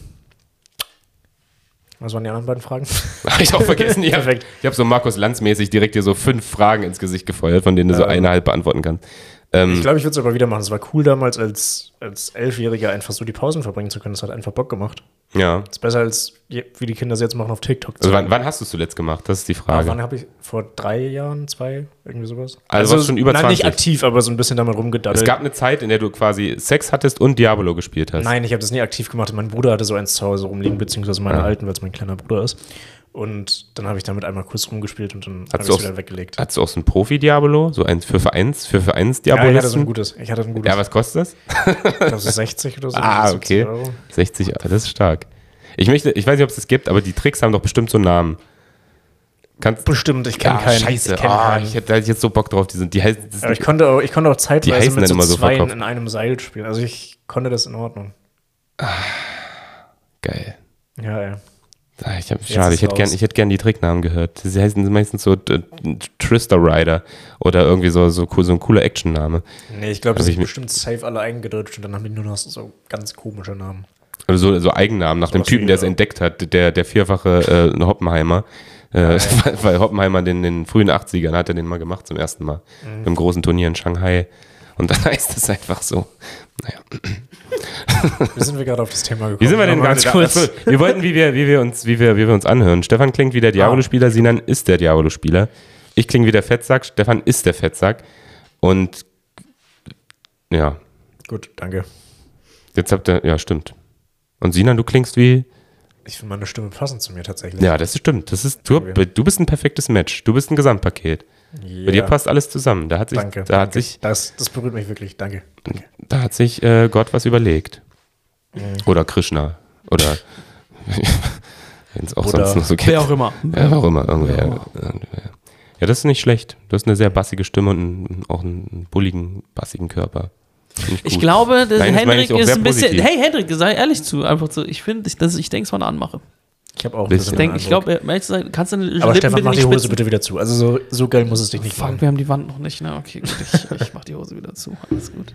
C: was waren die anderen beiden Fragen?
B: Habe ich auch vergessen. Ja.
C: Perfekt.
B: Ich habe so Markus Lanz-mäßig direkt dir so fünf Fragen ins Gesicht gefeuert, von denen du so
C: Ähm.
B: eine halb beantworten kannst. Ähm,
C: Ich glaube, ich würde es aber wieder machen. Es war cool damals als, als Elfjähriger einfach so die Pausen verbringen zu können. Das hat einfach Bock gemacht.
B: ja.
C: Das ist besser als je, wie die Kinder es jetzt machen auf TikTok.
B: Also wann, wann hast du es zuletzt gemacht? Das ist die
C: Aber
B: Frage.
C: wann habe ich vor drei Jahren, zwei, irgendwie sowas?
B: Also warst schon über
C: nein, nicht
B: 20.
C: aktiv, aber so ein bisschen damit rumgedaddelt.
B: es gab eine Zeit, in der du quasi Sex hattest und Diabolo gespielt hast.
C: nein, ich habe das nie aktiv gemacht. Mein Bruder hatte so eins zu Hause rumliegen, beziehungsweise meine
B: Ah.
C: alten, weil es mein kleiner Bruder ist. Und dann habe ich damit einmal kurz rumgespielt und dann habe ich
B: Hattest
C: es
B: du auch-
C: wieder weggelegt.
B: Hattest du auch so ein Profi-Diabolo? So eins für Vereins, für
C: Ja, ich hatte so ein
B: Vereins-Diabolisten?
C: gutes. Ich hatte ein gutes.
B: Ja, was kostet das?
C: ich glaube, so 60 oder so.
B: Ah,
C: 70
B: okay.
C: Euro.
B: 60, das ist stark. Ich möchte, ich weiß nicht, ob es das gibt, aber die Tricks haben doch bestimmt so einen Namen. Kannst
C: Bestimmt, ich kenne
B: Ah,
C: keinen.
B: Scheiße,
C: Ich kenn
B: Ah,
C: keinen.
B: ich hätte, da hätte ich jetzt so Bock drauf. Die sind, die heißen, das
C: Aber ich konnte auch, ich konnte auch zeitweise
B: heißen
C: mit
B: dann
C: so
B: immer so
C: zweien
B: verkauft.
C: in einem Seil spielen. Also ich konnte das in Ordnung.
B: geil.
C: Ja, ja.
B: Ah, Ich hab, schade, ich
C: ist
B: hätte, gern,
C: raus.
B: ich hätte gern die Tricknamen gehört. Sie heißen meistens so äh, Trister Rider oder irgendwie so, so, cool, so ein cooler Action-Name.
C: Nee, ich glaube,
B: Also
C: das
B: ich
C: sind
B: mi-
C: bestimmt safe alle eingedutscht und dann haben die nur noch so ganz komische Namen.
B: Oder Also so, so Eigennamen nach dem
C: was
B: Typen,
C: wie,
B: der es
C: ja.
B: entdeckt hat, der, der vierfache äh, Hoppenheimer. Äh, weil, weil Hoppenheimer den, den frühen 80ern hat er den mal gemacht zum ersten Mal. Im großen Turnier in Shanghai. Und dann heißt es einfach so. Naja.
C: Wie sind wir gerade auf das Thema gekommen?
B: Wie sind wir denn
C: Nochmal
B: ganz kurz? Ah. Achso, wir wollten, wie wir, wie, wir uns, wie, wir, wie wir uns anhören. Stefan klingt wie der Diabolo-Spieler, Sinan ist der Diabolo-Spieler. Ich klinge wie der Fettsack, Stefan ist der Fettsack. Und ja,
C: Gut, danke.
B: jetzt habt ihr, ja, stimmt. Und Sinan, du klingst wie
C: Ich finde meine Stimme passend zu mir tatsächlich.
B: Ja, das stimmt. Das ist, du, du bist ein perfektes Match. Du bist ein Gesamtpaket. Bei dir
C: Ja.
B: passt alles zusammen. Da hat sich,
C: Danke.
B: da hat
C: danke.
B: sich,
C: das, das berührt mich wirklich. Danke. danke.
B: da hat sich äh, Gott was überlegt.
A: Mhm.
B: Oder Krishna. Oder wenn es auch
C: Oder
B: sonst noch so gibt.
A: Wer auch immer.
B: Ja, wer auch immer. Irgendwer. irgendwer. Ja, das ist nicht schlecht. Du hast eine sehr bassige Stimme und einen, auch einen bulligen, bassigen Körper. Finde
A: Ich
B: gut.
A: glaube, das
B: Nein, das meine
A: Hendrik
B: ich auch
A: ist
B: sehr
A: ein bisschen.
B: positiv.
A: Hey, Hendrik, sei ehrlich zu. Einfach so. Ich finde, ich, dass ich denke, es war eine Anmache.
C: Ich habe auch ein
B: Bist-
C: bisschen
A: Ich,
B: Ja,
A: denk,
B: also
A: ich
C: den
A: glaube,
C: Eindruck.
A: um ehrlich zu sein, kannst du deine
C: Aber
A: Lippen
C: Stefan, mach
A: nicht
C: die Hose
A: spitzen?
C: bitte wieder zu. Also so, so geil muss es dich nicht machen.
A: Fuck, wir haben die Wand noch nicht. Na, okay, gut. Ich, ich mach die Hose wieder zu. Alles gut.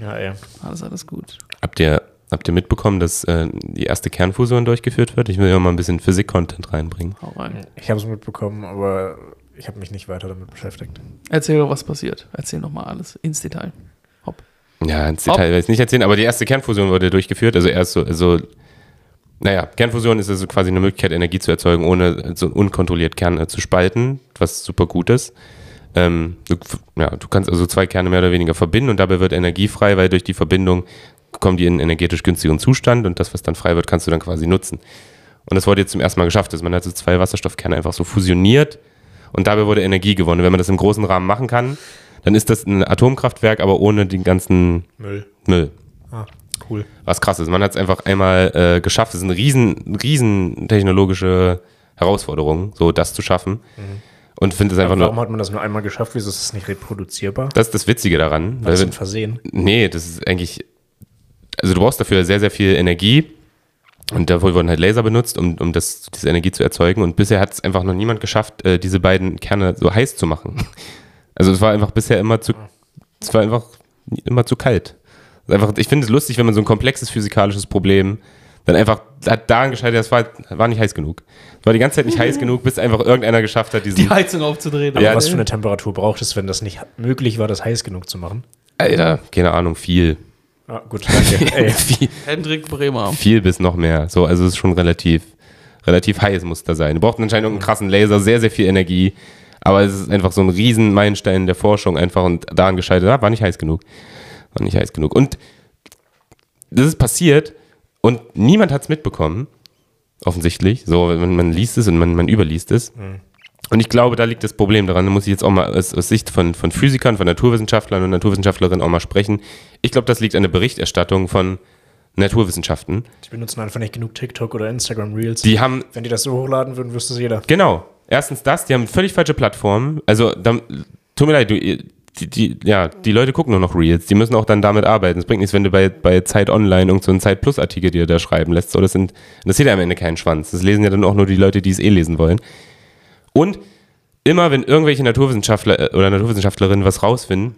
C: Ja, ey.
A: Alles, alles gut.
B: Habt ihr, habt ihr mitbekommen, dass äh, die erste Kernfusion durchgeführt wird? Ich will ja mal ein bisschen Physik-Content reinbringen.
A: Hau rein.
C: Ich habe es mitbekommen, aber ich habe mich nicht weiter damit beschäftigt.
A: Erzähl doch, was passiert. Erzähl nochmal alles ins Detail. Hopp.
B: Ja, ins Detail will ich nicht erzählen, aber die erste Kernfusion wurde durchgeführt. Also erst so, so naja, Kernfusion ist also quasi eine Möglichkeit, Energie zu erzeugen, ohne so unkontrolliert Kerne zu spalten, was super gut ist. Ähm, du, ja, du kannst also zwei Kerne mehr oder weniger verbinden und dabei wird Energie frei, weil durch die Verbindung kommen die in einen energetisch günstigen Zustand und das, was dann frei wird, kannst du dann quasi nutzen. Und das wurde jetzt zum ersten Mal geschafft. Also man hat so zwei Wasserstoffkerne einfach so fusioniert und dabei wurde Energie gewonnen. Wenn man das im großen Rahmen machen kann, dann ist das ein Atomkraftwerk, aber ohne den ganzen
C: Müll.
B: Müll.
C: Ah, cool.
B: Was krass ist. Man hat es einfach einmal äh, geschafft. Es ist eine riesen, riesen technologische Herausforderung, so das zu schaffen. Und finde es einfach
C: Mhm. Warum
B: nur.
C: hat man das nur einmal geschafft? Wieso ist es nicht reproduzierbar?
B: Das ist das Witzige daran.
C: War
B: Weil
C: das
B: wenn,
C: ein Versehen?
B: nee, das ist eigentlich. Also du brauchst dafür sehr, sehr viel Energie. Und dafür wurden halt Laser benutzt, um, um das, diese Energie zu erzeugen. Und bisher hat es einfach noch niemand geschafft, äh, diese beiden Kerne so heiß zu machen. Also es war einfach bisher immer zu, es war einfach nie- immer zu kalt. Es ist Einfach, ich finde es lustig, wenn man so ein komplexes physikalisches Problem dann einfach hat daran gescheitert, das war, war nicht heiß genug. Es war die ganze Zeit nicht heiß genug, bis einfach irgendeiner geschafft hat,
A: Die
B: diesen,
A: Heizung aufzudrehen.
B: Ja,
C: Was
B: nee.
C: für eine Temperatur braucht es, wenn das nicht möglich war, das heiß genug zu machen?
B: Alter, keine Ahnung, viel.
C: Ah, gut, danke. Ey,
B: viel.
A: Hendrik Bremer.
B: viel bis noch mehr. So, also es ist schon relativ, relativ heiß muss da sein. Die brauchten anscheinend irgendeinen krassen Laser, sehr, sehr viel Energie. Aber es ist einfach so ein riesen Meilenstein der Forschung einfach und daran gescheitert, ah, war nicht heiß genug. War nicht heiß genug. Und das ist passiert und niemand hat es mitbekommen. Offensichtlich. So, man, man liest es und man, man überliest es. Und ich glaube, da liegt das Problem daran. Da muss ich jetzt auch mal aus, aus Sicht von, von Physikern, von Naturwissenschaftlern und Naturwissenschaftlerinnen auch mal sprechen. Ich glaube, das liegt an der Berichterstattung von Naturwissenschaften.
C: die benutzen einfach nicht genug TikTok oder Instagram Reels.
B: Die haben,
C: wenn die das so hochladen würden, wüsste es jeder.
B: genau, erstens das, die haben völlig falsche Plattformen. Also, da, tut mir leid, du, ihr- die, die, ja, die Leute gucken nur noch Reels, die müssen auch dann damit arbeiten. Es bringt nichts, wenn du bei, bei Zeit Online irgendeinen so einen Zeit Plus Artikel dir da schreiben lässt. So, das, sind, das sieht ja am Ende keinen Schwanz. Das lesen ja dann auch nur die Leute, die es eh lesen wollen. Und immer, wenn irgendwelche Naturwissenschaftler äh, oder Naturwissenschaftlerinnen was rausfinden,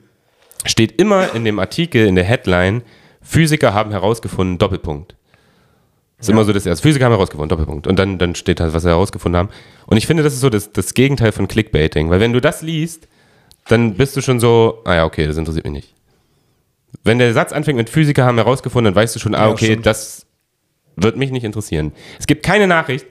B: steht immer in dem Artikel, in der Headline, Physiker haben herausgefunden, Doppelpunkt. Ist immer so das erste. Physiker haben herausgefunden, Doppelpunkt. Und dann, dann steht halt, was sie herausgefunden haben. Und ich finde, das ist so das, das Gegenteil von Clickbaiting. Weil wenn du das liest, dann bist du schon so, ah ja, okay, das interessiert mich nicht. Wenn der Satz anfängt mit Physiker haben herausgefunden, dann weißt du schon, ah,
C: Ja,
B: okay,
C: stimmt.
B: das wird mich nicht interessieren. Es gibt keine Nachricht,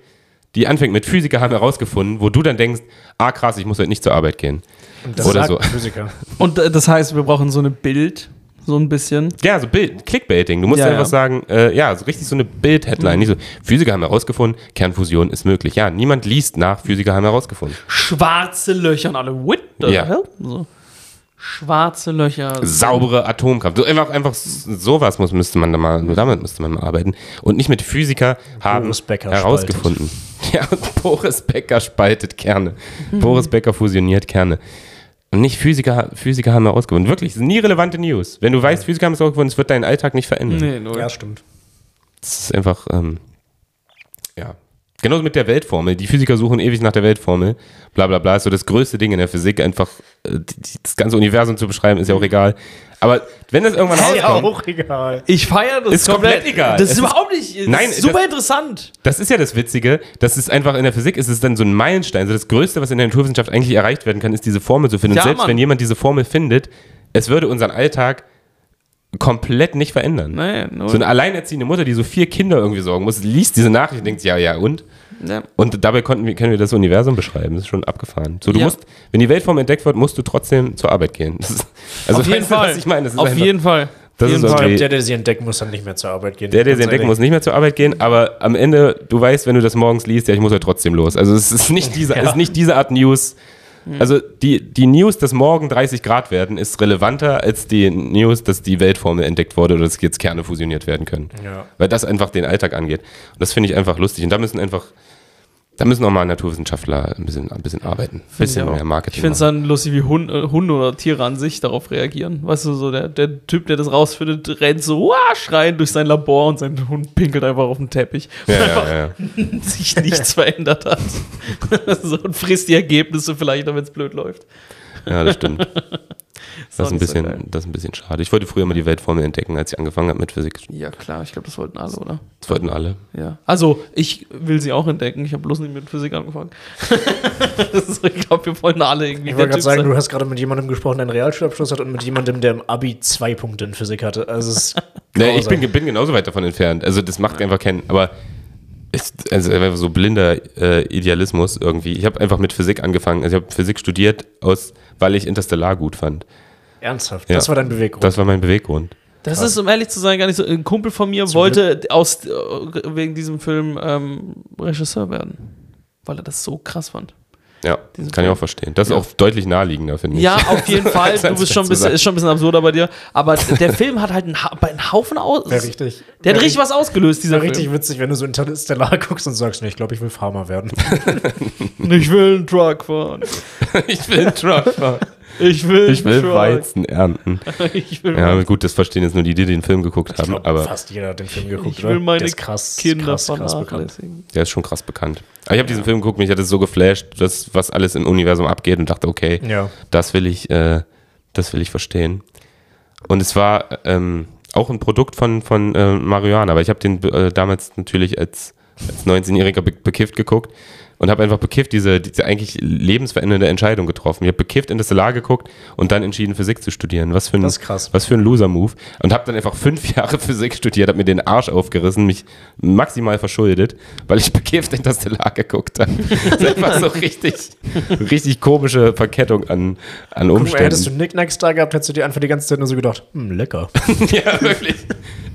B: die anfängt mit Physiker haben herausgefunden, wo du dann denkst, ah krass, ich muss heute nicht zur Arbeit gehen.
C: Und das
B: Oder
C: sagt
B: so.
C: ein Physiker.
A: Und äh, das heißt, wir brauchen so eine Bild, so ein bisschen.
B: Ja, so Bild, Clickbaiting. Du musst
A: Ja,
B: einfach
A: ja.
B: sagen, äh, ja, so richtig so eine Bild-Headline. Nicht so, Physiker haben herausgefunden, Kernfusion ist möglich. Ja, niemand liest nach, Physiker haben herausgefunden.
A: Schwarze Löcher und alle. What the
B: Ja.
A: hell? So. Schwarze Löcher.
B: Saubere Atomkraft. So einfach, einfach s- sowas muss, müsste man da mal, nur damit müsste man mal arbeiten. Und nicht mit Physiker haben
C: Boris Becker
B: herausgefunden. Ja, und Boris Becker spaltet Kerne. Boris Becker fusioniert Kerne. Und nicht Physiker, Physiker haben herausgefunden. Wirklich, es sind nie relevante News. Wenn du weißt, Physiker haben es herausgefunden, es wird deinen Alltag nicht verändern.
A: Nee, null.
C: Ja, stimmt.
B: Das ist einfach, ähm, ja. Genauso mit der Weltformel. Die Physiker suchen ewig nach der Weltformel. Bla bla bla. Ist so das größte Ding in der Physik. Einfach äh, die, die, das ganze Universum zu beschreiben, ist ja auch
A: Mhm.
B: egal. Aber wenn das irgendwann
C: Ist ja
B: rauskommt,
C: auch egal.
A: Ich feiere das
B: Ist komplett egal.
A: Das
B: Es
A: ist
B: ist-
A: überhaupt nicht. Das
B: Nein,
A: ist super interessant.
B: das ist ja das Witzige, dass es einfach in der Physik ist, es ist dann so ein Meilenstein. So das Größte, was in der Naturwissenschaft eigentlich erreicht werden kann, ist diese Formel zu finden.
A: Ja,
B: Und selbst
A: Mann.
B: wenn jemand diese Formel findet, es würde unseren Alltag komplett nicht verändern.
A: Nee, null.
B: So eine alleinerziehende Mutter, die so vier Kinder irgendwie sorgen muss, liest diese Nachricht und denkt, ja, ja, und?
A: Ja.
B: Und dabei konnten wir, können wir das Universum beschreiben. Das ist schon abgefahren. So, du
A: Ja.
B: musst, wenn die Weltform entdeckt wird, musst du trotzdem zur Arbeit gehen. Das ist, also
A: Auf jeden
B: weißt du,
A: Fall.
B: was ich meine? Das ist
A: Auf
B: einfach,
A: jeden Fall.
B: Das
A: Auf
B: ist
A: jeden
B: okay.
A: Fall.
C: Der, der sie entdecken muss, dann nicht mehr zur Arbeit gehen.
B: der, der sie
C: Ganz
B: entdecken muss,
C: ehrlich.
B: nicht mehr zur Arbeit gehen, aber am Ende, du weißt, wenn du das morgens liest, ja, ich muss ja trotzdem los. Also es ist nicht diese, es ist nicht diese Art News.
A: Hm.
B: Also die, die News, dass morgen 30 Grad werden, ist relevanter als die News, dass die Weltformel entdeckt wurde oder dass jetzt Kerne fusioniert werden können.
C: Ja.
B: Weil das einfach den Alltag angeht. Und das finde ich einfach lustig. Und da müssen einfach, da müssen auch mal Naturwissenschaftler ein bisschen, ein bisschen arbeiten. Ein bisschen
A: ich auch.
B: mehr Marketing.
A: Ich finde es
B: machen.
A: dann lustig, wie Hund, äh, Hunde oder Tiere an sich darauf reagieren. Weißt du, so der, der Typ, der das rausfindet, rennt so "Uah!" schreiend durch sein Labor und sein Hund pinkelt einfach auf den Teppich, weil
B: ja, ja, ja, ja.
A: sich nichts verändert hat. so und frisst die Ergebnisse vielleicht, wenn es blöd läuft.
B: ja, das stimmt. Das ist, ein
A: nicht so
B: bisschen,
A: geil.
B: das ist ein bisschen schade. Ich wollte früher mal die Weltformel entdecken, als ich angefangen habe mit Physik.
A: Ja, klar, ich glaube, das wollten alle, oder?
B: Das wollten alle.
A: Ja. Also, ich will sie auch entdecken. Ich habe bloß nicht mit Physik angefangen. das ist, ich glaube, wir wollen alle irgendwie
C: Ich wollte gerade
A: Typ
C: sagen,
A: sein.
C: du hast gerade mit jemandem gesprochen, der einen Realschulabschluss hat und mit jemandem, der im Abi zwei Punkte in Physik hatte. Also es ist
B: Nee, ich
C: grausam.
B: bin, bin genauso weit davon entfernt. Also das macht einfach keinen, aber es- also einfach so blinder äh, Idealismus irgendwie. Ich habe einfach mit Physik angefangen. Also ich habe Physik studiert, aus, weil ich Interstellar gut fand.
C: ernsthaft.
B: Ja.
C: Das war dein Beweggrund.
B: Das war mein Beweggrund.
A: Das ist, um ehrlich zu sein, gar nicht so. Ein Kumpel von mir wollte aus, äh, wegen diesem Film ähm, Regisseur werden, weil er das so krass fand.
B: Ja,
A: Diesen
B: kann ich
A: Film.
B: auch verstehen. Das
A: Ja.
B: ist auch deutlich naheliegender, finde ich.
A: Ja, auf jeden Fall. Du
B: ganz
A: bist schon ein
B: zu
A: bisschen,
B: sagen.
A: ist schon ein bisschen absurder bei dir. Aber der Film hat halt einen, Ha- einen Haufen aus.
C: Wär richtig.
A: Der hat
C: wär
A: richtig was ausgelöst, dieser
C: Wäre
A: Film.
C: richtig witzig, wenn du so Interstellar guckst und sagst, nee, ich glaube, ich will Farmer werden.
A: Ich will einen Truck fahren.
B: ich will Truffer.
A: Ich will,
B: Ich will
A: einen Truck.
B: Weizen ernten.
A: Ich will,
B: Ja, gut, das verstehen jetzt nur die, die den Film geguckt haben, aber
C: fast jeder hat den Film geguckt,
A: ich will
C: oder?
A: meine
C: Der ist krass,
A: Kinder
C: krass, krass bekannt.
A: vernachlässigen.
B: der ist schon krass bekannt. Aber ich habe diesen Film geguckt, mich hat es so geflasht, dass, was alles im Universum abgeht und dachte, okay,
C: Ja.
B: Das will ich, äh, das will ich verstehen. Und es war ähm, auch ein Produkt von, von äh, Marihuana, aber ich habe den äh, damals natürlich als, als 19-Jähriger be bekifft geguckt und habe einfach bekifft diese, diese eigentlich lebensverändernde Entscheidung getroffen. Ich habe bekifft in das Solar geguckt und dann entschieden, Physik zu studieren. Was für ein,
C: Das ist krass.
B: Was für ein Loser-Move. Und habe dann einfach fünf Jahre Physik studiert, habe mir den Arsch aufgerissen, mich maximal verschuldet, weil ich bekifft in das Solar geguckt habe. das ist einfach so richtig, richtig komische Verkettung an, an
C: Guck mal, hättest du
B: Umständen.
C: Nicknacks da gehabt, hättest du dir einfach die ganze Zeit nur so gedacht, hm, lecker.
B: ja, wirklich.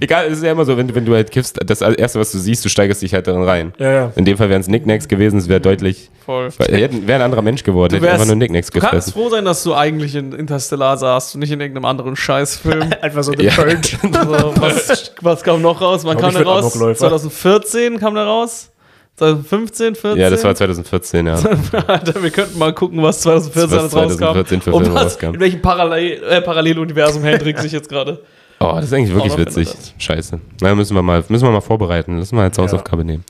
B: Egal, es ist ja immer so, wenn, du- wenn du halt kiffst, das Erste, was du siehst, du steigerst dich halt darin rein.
C: Ja, ja.
B: In dem Fall wären es Nicknacks gewesen, es wäre deutlich,
A: Voll.
B: wäre ein anderer Mensch geworden, hätte einfach nur Nicknacks
A: du kannst
B: gefressen.
A: froh sein, dass du eigentlich in Interstellar saßt und nicht in irgendeinem anderen Scheißfilm.
C: Einfach so The
B: Ja.
C: Purge.
A: Also, was, was kam noch raus? Wann
C: Glaub,
A: kam der
C: ich werd
A: raus?
C: Amokläufer.
A: 2014 kam der raus? 2015, 14?
B: Ja, das war 2014, ja.
A: Alter, wir könnten mal gucken, was 2014
B: Was
A: alles rauskam.
B: 2014 für Filme
A: und was,
B: rauskam.
A: in welchem Parallel, äh, Paralleluniversum Hendrik sich jetzt gerade.
B: Oh, das ist eigentlich wirklich
A: Auch noch, wenn du
B: witzig. Scheiße. Na, müssen wir mal, müssen wir mal vorbereiten. Lassen wir als Hausaufgabe nehmen.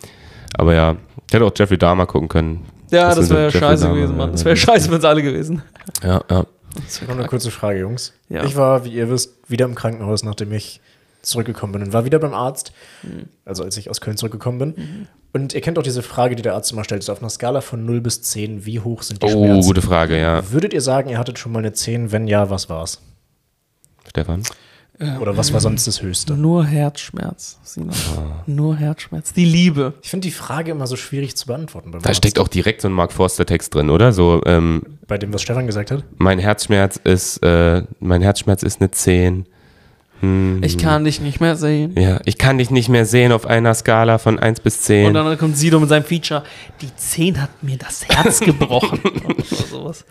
B: Aber ja, ich hätte auch Jeffrey Dahmer gucken können.
A: Ja,
B: Das
A: das,
B: sind
A: wäre
B: Jeffrey
A: scheiße
B: Dahmer,
A: gewesen, Mann.
B: ja.
A: Das wäre scheiße, wenn es alle gewesen.
B: Ja, ja.
C: Noch eine kurze Frage, Jungs.
A: Ja.
C: Ich war, wie ihr wisst, wieder im Krankenhaus, nachdem ich zurückgekommen bin und war wieder beim Arzt, also als ich aus Köln zurückgekommen bin. Und ihr kennt auch diese Frage, die der Arzt immer stellt, so auf einer Skala von 0 bis 10, wie hoch sind die
B: Oh,
C: Schmerzen?
B: gute Frage, ja.
C: Würdet ihr sagen, ihr hattet schon mal eine 10? Wenn ja, was war's?
B: Stefan?
C: Oder was war sonst das Höchste?
A: Nur Herzschmerz, Sina.
B: Ah.
A: Nur Herzschmerz. Die Liebe.
C: Ich finde die Frage immer so schwierig zu beantworten beim
B: Da
C: Arzt.
B: steckt auch direkt so ein Mark Forster-Text drin, oder? So, ähm,
C: Bei dem, was Stefan gesagt hat.
B: mein Herzschmerz ist, äh, mein Herzschmerz ist eine 10. Mhm.
A: Ich kann dich nicht mehr sehen.
B: Ja, ich kann dich nicht mehr sehen auf einer Skala von 1 bis 10.
A: Und dann kommt Sido mit seinem Feature. Die 10 hat mir das Herz gebrochen. Oder sowas.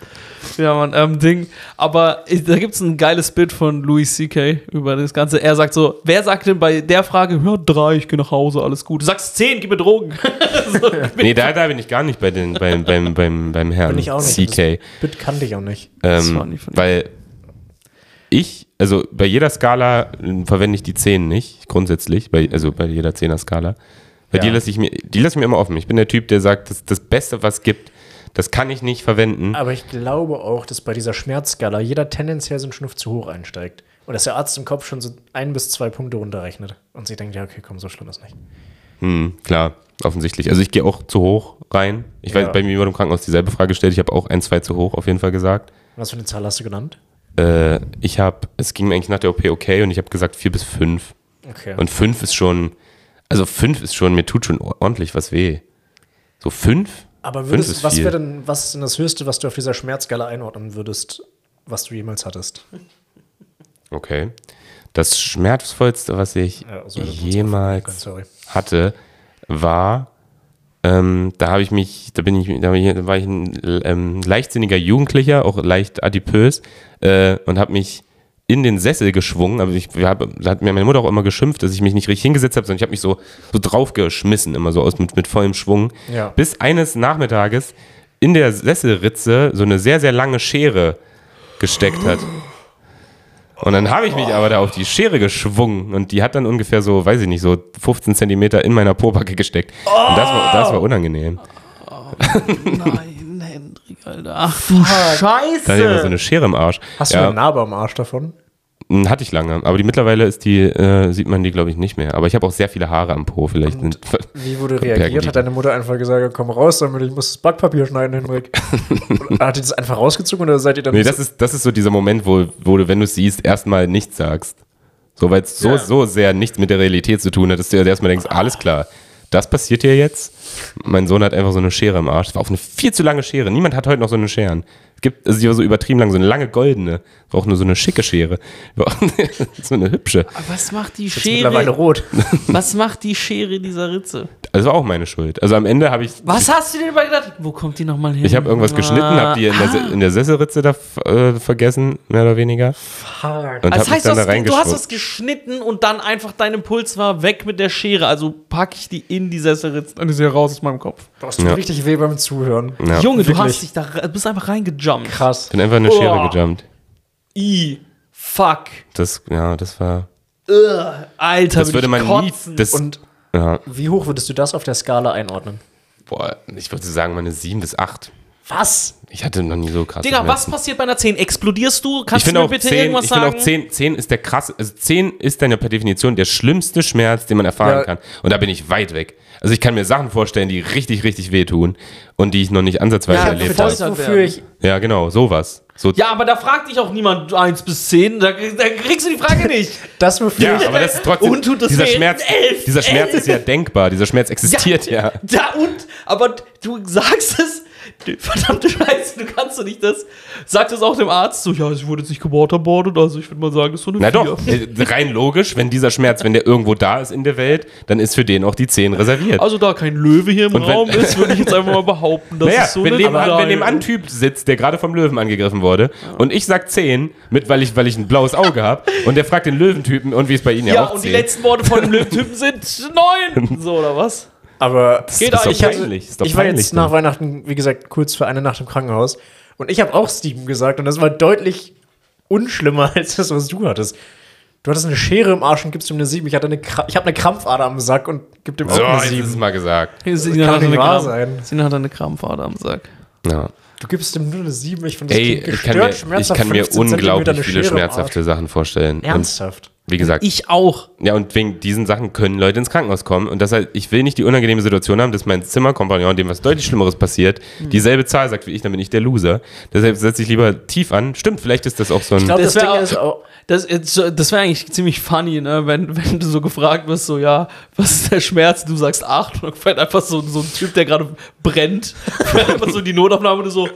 A: Ja, Mann, ähm, Ding. Aber ich, da gibt es ein geiles Bild von Louis C.K. über das Ganze. Er sagt so: Wer sagt denn bei der Frage, ja, drei, ich gehe nach Hause, alles gut. Du sagst 10, gib mir Drogen. so,
B: nee, da, da bin ich gar nicht bei den, beim, beim, beim, beim Herrn
C: halt Bin ich auch nicht.
B: CK.
C: Bit kannte ich auch nicht.
A: Das war
B: Ähm,
A: nie von ihm.
B: weil ich, also bei jeder Skala äh, verwende ich die 10 nicht, grundsätzlich, bei, also bei jeder 10er-Skala. Bei
C: Ja.
B: die lasse ich mir, die lasse ich mir immer offen. Ich bin der Typ, der sagt, das, das Beste, was gibt, das kann ich nicht verwenden.
C: Aber ich glaube auch, dass bei dieser Schmerzskala jeder tendenziell so einen Schnuff zu hoch einsteigt. Und dass der Arzt im Kopf schon so ein bis zwei Punkte runterrechnet. Und sie denkt, ja, okay, komm, so schlimm ist nicht.
B: Hm, klar, offensichtlich. Also ich gehe auch zu hoch rein. Ich
C: Ja.
B: weiß, bei mir wurde im Krankenhaus dieselbe Frage gestellt. Ich habe auch ein, zwei zu hoch auf jeden Fall gesagt.
C: Was für eine Zahl hast du genannt?
B: Äh, ich habe, es ging mir eigentlich nach der OP okay und ich habe gesagt vier bis fünf.
C: Okay.
B: Und fünf ist schon, also fünf ist schon, mir tut schon ordentlich was weh. So fünf?
C: Aber
B: fünf ist
C: würdest, was
B: viel.
C: wäre denn, was ist denn das Höchste, was du auf dieser Schmerzskala einordnen würdest, was du jemals hattest?
B: Okay. Das schmerzvollste, was ich
C: Ja, also, das muss man
B: jemals
C: Sorry.
B: hatte, war, ähm, da habe ich mich, da bin ich, da, bin ich, da war ich ein ähm, leichtsinniger Jugendlicher, auch leicht adipös, äh, und habe mich in den Sessel geschwungen, aber ich wir hab, da hat mir meine Mutter auch immer geschimpft, dass ich mich nicht richtig hingesetzt habe, sondern ich habe mich so, so draufgeschmissen, immer so aus mit, mit vollem Schwung.
C: Ja.
B: Bis eines Nachmittages in der Sesselritze so eine sehr, sehr lange Schere gesteckt hat. Und dann habe ich mich aber da auf die Schere geschwungen und die hat dann ungefähr so, weiß ich nicht, so 15 Zentimeter in meiner Pobacke gesteckt. Und das war, das war unangenehm.
A: Nein, Hendrik. Alter. Ach du
B: Da hat jemand so
A: Scheiße.
B: eine Schere im Arsch.
C: Hast du
B: ja,
C: eine Narbe am Arsch davon?
B: m, hatte ich lange, aber die mittlerweile ist die, äh, sieht man die, glaube ich, nicht mehr. Aber ich habe auch sehr viele Haare am Po. Vielleicht sind,
C: Wie wurde
B: Kommt
C: reagiert?
B: hergeliefert.
C: Hat deine Mutter einfach gesagt, komm raus damit, ich muss das Backpapier schneiden, Henrik? Oder hat die das einfach rausgezogen oder seid ihr dann
B: Nee, das ist, das ist so dieser Moment, wo, wo du, wenn du es siehst, erstmal nichts sagst. So, weil es so,
A: Ja.
B: so sehr nichts mit der Realität zu tun hat, dass du dir erstmal denkst, alles klar, das passiert dir jetzt. Mein Sohn hat einfach so eine Schere im Arsch. Es war auf eine viel zu lange Schere. Niemand hat heute noch so eine Scheren. Es gibt, also die war so übertrieben lang, so eine lange goldene. War auch nur so eine schicke Schere. War auch so eine hübsche.
A: Was macht die
C: Jetzt mittlerweile
A: Schere?
C: um. rot?
A: Was macht die Schere in dieser Ritze?
B: Also war auch meine Schuld. Also am Ende habe ich,
A: Was hast du dir dabei gedacht? Wo kommt die nochmal hin?
B: ich habe irgendwas geschnitten, habe die in der, Se- in der Sesselritze da äh, vergessen, mehr oder weniger. Und
A: Also Das
B: habe mich
A: heißt, du hast, du
B: dann da
A: hast
B: reingeschwuppt.
A: es geschnitten und dann einfach dein Impuls war weg mit der Schere. Also packe ich die in die Sesselritze und die ist ja raus aus meinem Kopf.
C: Du hast
B: Ja.
C: richtig weh beim Zuhören.
B: Ja.
A: Junge, du
C: wirklich.
A: hast dich da, re- bist einfach reingejumpt.
C: Krass.
B: Bin einfach in eine Schere
A: Boah.
B: gejumpt.
A: I. Fuck.
B: Das, ja, das war.
A: Ugh. Alter,
B: Das
A: will
B: würde
A: ich
B: man
A: kotzen.
B: nie. Das,
C: Und
B: ja,
C: wie hoch würdest du das auf der Skala einordnen?
B: boah, ich würde sagen, meine 7 bis 8.
C: Was?
B: Ich hatte noch nie so krass.
A: Digga, was passiert bei einer 10? Explodierst du?
B: Ich
A: Kannst du
B: finde
A: mir
B: auch,
A: bitte
B: 10,
A: irgendwas
B: ich finde
A: sagen?
B: auch 10, 10 ist der krasse, also 10 ist dann ja per Definition der schlimmste Schmerz, den man erfahren
C: Ja.
B: kann. Und da bin ich weit weg. Also ich kann mir Sachen vorstellen, die richtig, richtig wehtun und die ich noch nicht ansatzweise
A: Ja,
B: erlebt
A: voll.
B: habe.
C: Das,
A: Alter,
C: wofür
A: werden.
C: ich
B: Ja, genau, sowas. So,
A: Ja, aber da fragt dich auch niemand 1 bis 10. Da, da kriegst du die Frage nicht.
C: Das wofür
B: Ja,
C: ich,
B: aber das ist trotzdem.
A: Und tut das
B: dieser
A: weh.
B: Schmerz,
A: Elf,
B: dieser Schmerz
A: elf.
B: ist ja denkbar. Dieser Schmerz existiert ja.
A: Da und, aber du sagst es, du- verdammte Scheiße, du kannst doch nicht das. Sagt es auch dem Arzt so, ja, ich wurde jetzt nicht gewaterboardet, also ich würde mal sagen, es ist so eine
B: Na
A: vier.
B: doch, äh, rein logisch, wenn dieser Schmerz, wenn der irgendwo da ist in der Welt, dann ist für den auch die 10 reserviert.
A: Also da kein Löwe hier im
B: Und wenn-
A: Raum ist, würde ich jetzt einfach mal behaupten, dass
B: naja,
A: es so
B: wenn,
A: eine
B: nebenan,
A: Drei
B: wenn nebenan ein Typ sitzt, der gerade vom Löwen angegriffen wurde, und ich sag 10, mit, weil, ich, weil ich ein blaues Auge habe, und der fragt den Löwentypen, und wie es bei Ihnen ja,
A: Ja,
B: auch
A: und die
B: 10.
A: letzten Worte von dem Löwentypen sind neun. So, oder was?
C: aber
A: Geht
B: ist doch
A: ich hab-
B: peinlich. Ist doch
C: ich war jetzt
B: peinlich,
C: nach
B: ne?
C: Weihnachten, wie gesagt, kurz für eine Nacht im Krankenhaus und ich habe auch Steven gesagt und das war deutlich unschlimmer als das, was du hattest. Du hattest eine Schere im Arsch und gibst ihm eine 7. Ich hatte eine Kra ich habe eine Krampfader am Sack und gib dem auch
B: So, also
C: eine
B: jetzt ist es
C: 7.
B: mal gesagt.
A: Sina
C: kann
A: hat,
C: nicht
A: eine
C: wahr
A: Kram-
C: sein.
A: Sina hat eine Krampfader am Sack.
B: Ja.
C: Du gibst ihm nur eine 7. Ich finde das
B: Ey,
C: klingt
B: ich kann mir, ich
C: schmerzhaft,
B: kann mir
C: 15 Zentimeter
B: unglaublich
C: eine
B: viele
C: Schere im
B: schmerzhafte Sachen vorstellen.
C: Arsch. Ernsthaft.
B: Und wie gesagt,
A: Ich auch.
B: Ja, und wegen diesen Sachen können Leute ins Krankenhaus kommen. Und deshalb, ich will nicht die unangenehme Situation haben, dass mein Zimmerkompagnon, dem was deutlich Schlimmeres passiert,
C: Mhm.
B: dieselbe Zahl sagt wie ich, dann bin ich der Loser. Deshalb setze ich lieber tief an. Stimmt, vielleicht ist das auch so ein.
C: Ich glaube, das,
A: Das wär
C: Ding
A: auch-
C: ist auch.
A: Das, äh, das wäre eigentlich ziemlich funny, ne? wenn, wenn du so gefragt wirst, so, ja, was ist der Schmerz? Du sagst acht und dann fährt einfach so, so ein Typ, der gerade brennt, fährt einfach so in die Notaufnahme und du so,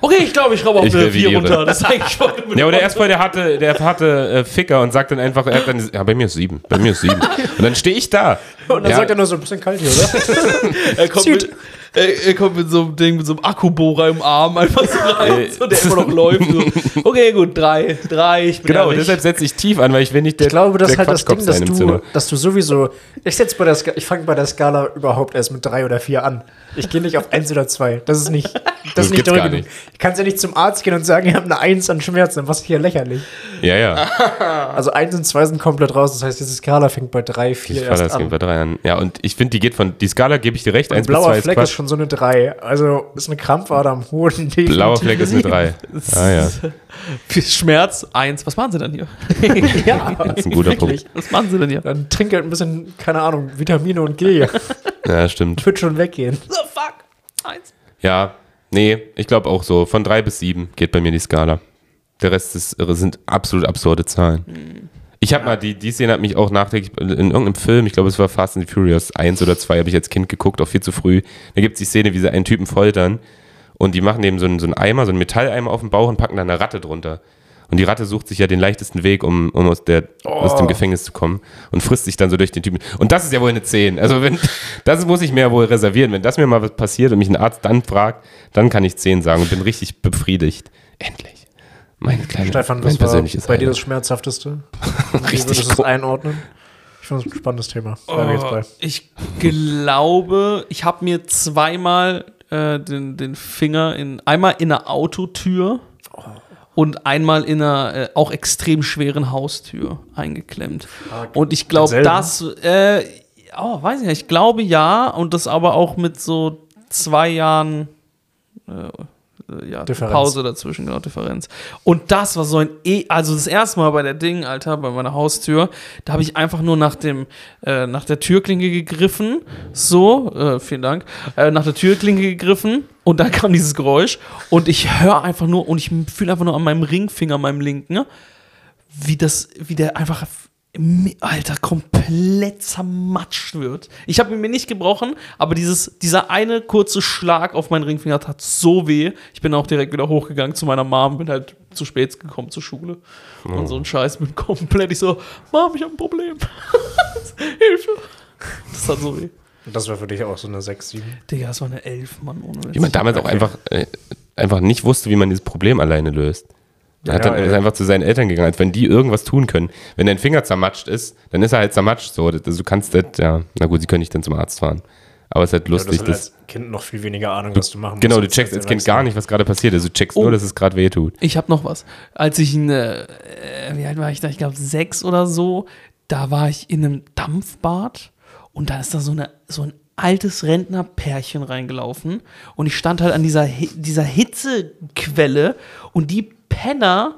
A: okay, ich glaube, ich schraube auf
B: Ich
A: eine vier
B: revidiere.
A: runter. Das ist eigentlich voll
B: ja, oder erst vorher der harte, der harte äh, Ficker und sagt dann einfach, er hat dann, ja, bei mir ist sieben, bei mir ist sieben. Und dann stehe ich da.
C: Oh, Und dann
B: ja,
C: sagt er nur so ein bisschen kalt hier, oder?
A: er kommt, mit, er, er kommt mit so einem Ding, mit so einem Akkubohrer im Arm einfach so rein,
B: Ey.
A: so, der immer noch läuft. So. Okay, gut, drei, drei, ich bin
B: genau,
A: ehrlich.
B: deshalb setze ich tief an, weil ich will nicht der
C: Ich glaube, das
B: der
C: ist halt das
B: Quatschkopf
C: Ding, dass
B: sein im
C: du,
B: Zimmer.
C: dass du sowieso. Ich setz bei der Skala, ich fange bei der Skala überhaupt erst mit drei oder vier an. Ich gehe nicht auf eins oder zwei. Das ist nicht, das
B: Das
C: ist nicht
B: gibt's
C: doll
B: gar
C: genug.
B: nicht.
C: Ich kann ja nicht zum Arzt gehen und sagen, ich habe eine Eins an Schmerzen. Was ist hier lächerlich?
B: Ja, ja.
C: Also eins und zwei sind komplett raus. Das heißt, diese Skala fängt bei drei,
B: Ich
C: vier
B: fahre
C: erst
B: das
C: an.
B: bei drei an. Ja, und ich finde, die geht von, die Skala gebe ich dir recht,
C: Ein
B: eins bis
C: blauer
B: zwei ist
C: Fleck
B: Quatsch.
C: ist schon so eine drei. Also ist eine Krampfader am Hoden.
B: Blauer Fleck ist eine drei. Ah ja.
A: Für Schmerz, eins. Was machen sie denn hier?
C: Ja, das
B: ist ein guter
A: Was machen sie denn hier?
C: Dann trink halt ein bisschen, keine Ahnung, Vitamine und G.
B: Ja, stimmt.
C: Wird schon weggehen.
A: So, fuck, eins.
B: Ja, nee, ich glaube auch so. Von drei bis sieben geht bei mir die Skala. Der Rest ist, sind absolut absurde Zahlen. Ich habe mal, die, die Szene hat mich auch nachträglich in irgendeinem Film, ich glaube, es war Fast and Furious 1 oder 2, habe ich als Kind geguckt, auch viel zu früh. Da gibt es die Szene, wie sie einen Typen foltern und die machen dem so einen, so einen Eimer, so einen Metalleimer auf den Bauch und packen da eine Ratte drunter. Und die Ratte sucht sich ja den leichtesten Weg, um, um aus, der, aus dem Gefängnis zu kommen und frisst sich dann so durch den Typen. Und das ist ja wohl eine 10. Also wenn, das muss ich mir ja wohl reservieren. Wenn das mir mal was passiert und mich ein Arzt dann fragt, dann kann ich 10 sagen und bin richtig befriedigt. Endlich. Meine kleine,
C: Stefan,
B: mein
C: was war
B: persönliches
C: bei dir
B: Highlight.
C: das Schmerzhafteste? Wie
B: Richtig
C: würdest du
B: groß.
C: es einordnen? Ich finde das ein spannendes Thema. Bleiben wir jetzt bei.
A: Oh, Ich glaube, ich habe mir zweimal äh, den, den Finger in einmal in einer Autotür und einmal in einer äh, auch extrem schweren Haustür eingeklemmt. Und ich glaube,
C: Denselben?
A: das äh, oh, weiß ich nicht, ich glaube ja und das aber auch mit so zwei Jahren äh, äh, ja,
C: Differenz.
A: Pause dazwischen, genau, Differenz. Und das war so ein, e also das erste Mal bei der Ding, Alter, bei meiner Haustür, da habe ich einfach nur nach dem, äh, nach der Türklinke gegriffen, so, äh, vielen Dank, äh, nach der Türklinke gegriffen und dann kam dieses Geräusch und ich höre einfach nur und ich fühle einfach nur an meinem Ringfinger, an meinem linken, ne? wie das, wie der einfach, mi- Alter, komplett zermatscht wird. Ich habe ihn mir nicht gebrochen, aber dieses, dieser eine kurze Schlag auf meinen Ringfinger tat so weh. Ich bin auch direkt wieder hochgegangen zu meiner Mom, bin halt zu spät gekommen zur Schule. Und so ein Scheiß, bin komplett, ich so, Mom, ich habe ein Problem. Hilfe. Das tat so weh.
C: Das wäre für dich auch so eine 6, 7.
A: Digga, das war eine Elf, Mann, ohne Witz.
B: Wie man damals auch einfach, äh, einfach nicht wusste, wie man dieses Problem alleine löst. Er hat
C: Ja,
B: dann
C: ey.
B: ist einfach zu seinen Eltern gegangen, als wenn die irgendwas tun können. Wenn dein Finger zermatscht ist, dann ist er halt zermatscht. So, Das- also du kannst das, ja, na gut, sie können dich dann zum Arzt fahren. Aber es ist halt lustig,
C: du hast
B: dass.
C: als Kind noch viel weniger Ahnung, was du machen
B: Genau, du
C: musst,
B: checkst als Kind gar nicht, was gerade passiert ist. Du checkst
A: Oh.
B: nur, dass es gerade weh tut.
A: Ich habe noch was. Als ich in, äh, äh, wie alt war ich da? Ich glaube sechs oder so. Da war ich in einem Dampfbad und da ist da so, eine, so ein altes Rentnerpärchen reingelaufen und ich stand halt an dieser, Hi- dieser Hitzequelle und die Penner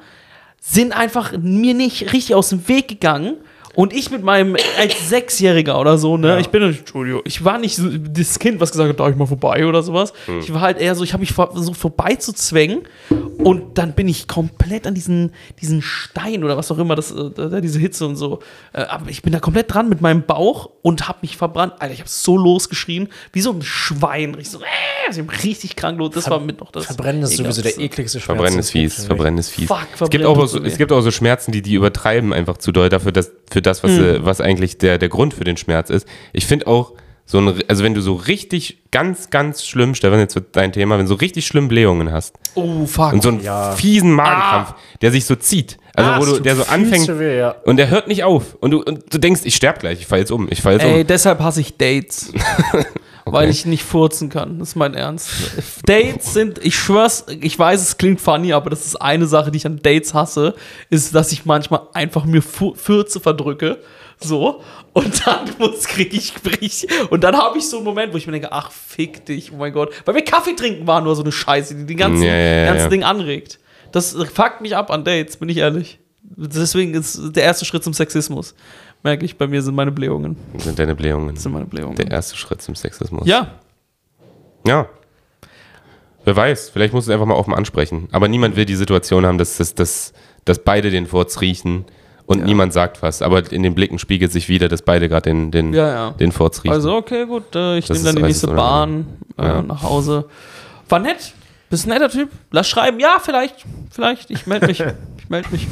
A: sind einfach mir nicht richtig aus dem Weg gegangen. Und ich mit meinem, als Sechsjähriger oder so, ne, ich bin, Entschuldigung, ich war nicht so das Kind, was gesagt hat, darf ich mal vorbei oder sowas.
C: Hm.
A: Ich war halt eher so, ich habe mich vor- versucht vorbeizuzwängen und dann bin ich komplett an diesen, diesen Stein oder was auch immer, das, äh, da- diese Hitze und so. äh, Aber ich bin da komplett dran mit meinem Bauch und habe mich verbrannt. Alter, ich habe so losgeschrien, wie so ein Schwein. Richtig so, äh, also ich hab richtig krank los. Das war mit noch das.
C: Verbrennen ist sowieso der
A: Ekelhafteste.
C: ekligste Schmerz.
B: Verbrennen ist fies, verbrennen ist fies.
A: Fuck,
B: es, gibt
A: verbrennen
B: auch
A: tut
B: so,
A: so weh.
B: es gibt auch so Schmerzen, die die übertreiben einfach zu doll dafür, dass, für das, was, äh, was eigentlich der, der Grund für den Schmerz ist. Ich finde auch, so ein, also wenn du so richtig ganz, ganz schlimm, Stefan, jetzt wird dein Thema, wenn du so richtig schlimm Blähungen hast
A: Oh, fuck.
B: und so einen
C: Ja.
B: fiesen Magenkampf, der sich so zieht, also
A: Ah,
B: wo
A: es
B: du,
A: tut
B: der so anfängt
C: Weh, ja.
B: und der hört nicht auf und du, und du denkst, ich sterb gleich, ich fall jetzt um, ich fall jetzt
A: Ey,
B: um.
A: deshalb hasse ich Dates. Weil ich nicht furzen kann. Das ist mein Ernst. Dates sind, ich schwör's, ich weiß, es klingt funny, aber das ist eine Sache, die ich an Dates hasse, ist, dass ich manchmal einfach mir Fu- Fürze verdrücke. So. Und dann muss, krieg ich, ich und dann habe ich so einen Moment, wo ich mir denke, ach, fick dich, oh mein Gott. Weil wir Kaffee trinken war nur so eine Scheiße, die den ganzen,
B: Ja, ja, ja,
A: ganzen
B: ja.
A: Ding anregt. Das fuckt mich ab an Dates, bin ich ehrlich. Deswegen ist der erste Schritt zum Sexismus. Merke ich, bei mir sind meine Blähungen.
B: Das sind deine Blähungen.
A: Das sind meine Blähungen.
B: Der erste Schritt zum Sexismus.
A: ja,
B: Ja. Wer weiß, vielleicht muss es einfach mal offen ansprechen. Aber niemand will die Situation haben, dass, dass, dass, dass beide den Furz riechen und
A: Ja.
B: niemand sagt was. Aber in den Blicken spiegelt sich wieder, dass beide gerade den, den,
A: ja, ja.
B: den Furz riechen.
A: Also, okay, gut, äh, ich
B: Das
A: nehme dann
B: ist
A: die nächste
B: äußerst
A: Bahn äh,
B: Ja.
A: nach Hause. War nett. Bist ein netter Typ. Lass schreiben. Ja, vielleicht. Vielleicht. Ich melde mich. ich melde mich.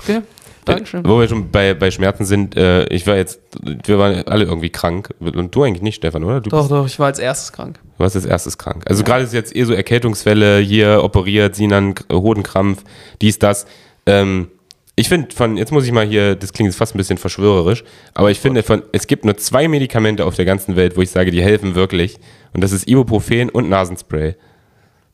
A: Okay. Dankeschön.
B: Wo wir schon bei, bei Schmerzen sind, äh, ich war jetzt, wir waren alle irgendwie krank. Und du eigentlich nicht, Stefan, oder? Du,
A: Doch, doch, ich war als erstes krank.
B: du warst als erstes krank. Also gerade ist jetzt eh so Erkältungswelle, hier operiert, Sinan, K- Hodenkrampf, dies, das. Ähm, ich finde von, jetzt muss ich mal hier, das klingt jetzt fast ein bisschen verschwörerisch, aber ich finde von, es gibt nur zwei Medikamente auf der ganzen Welt, wo ich sage, die helfen wirklich. Und das ist Ibuprofen und Nasenspray.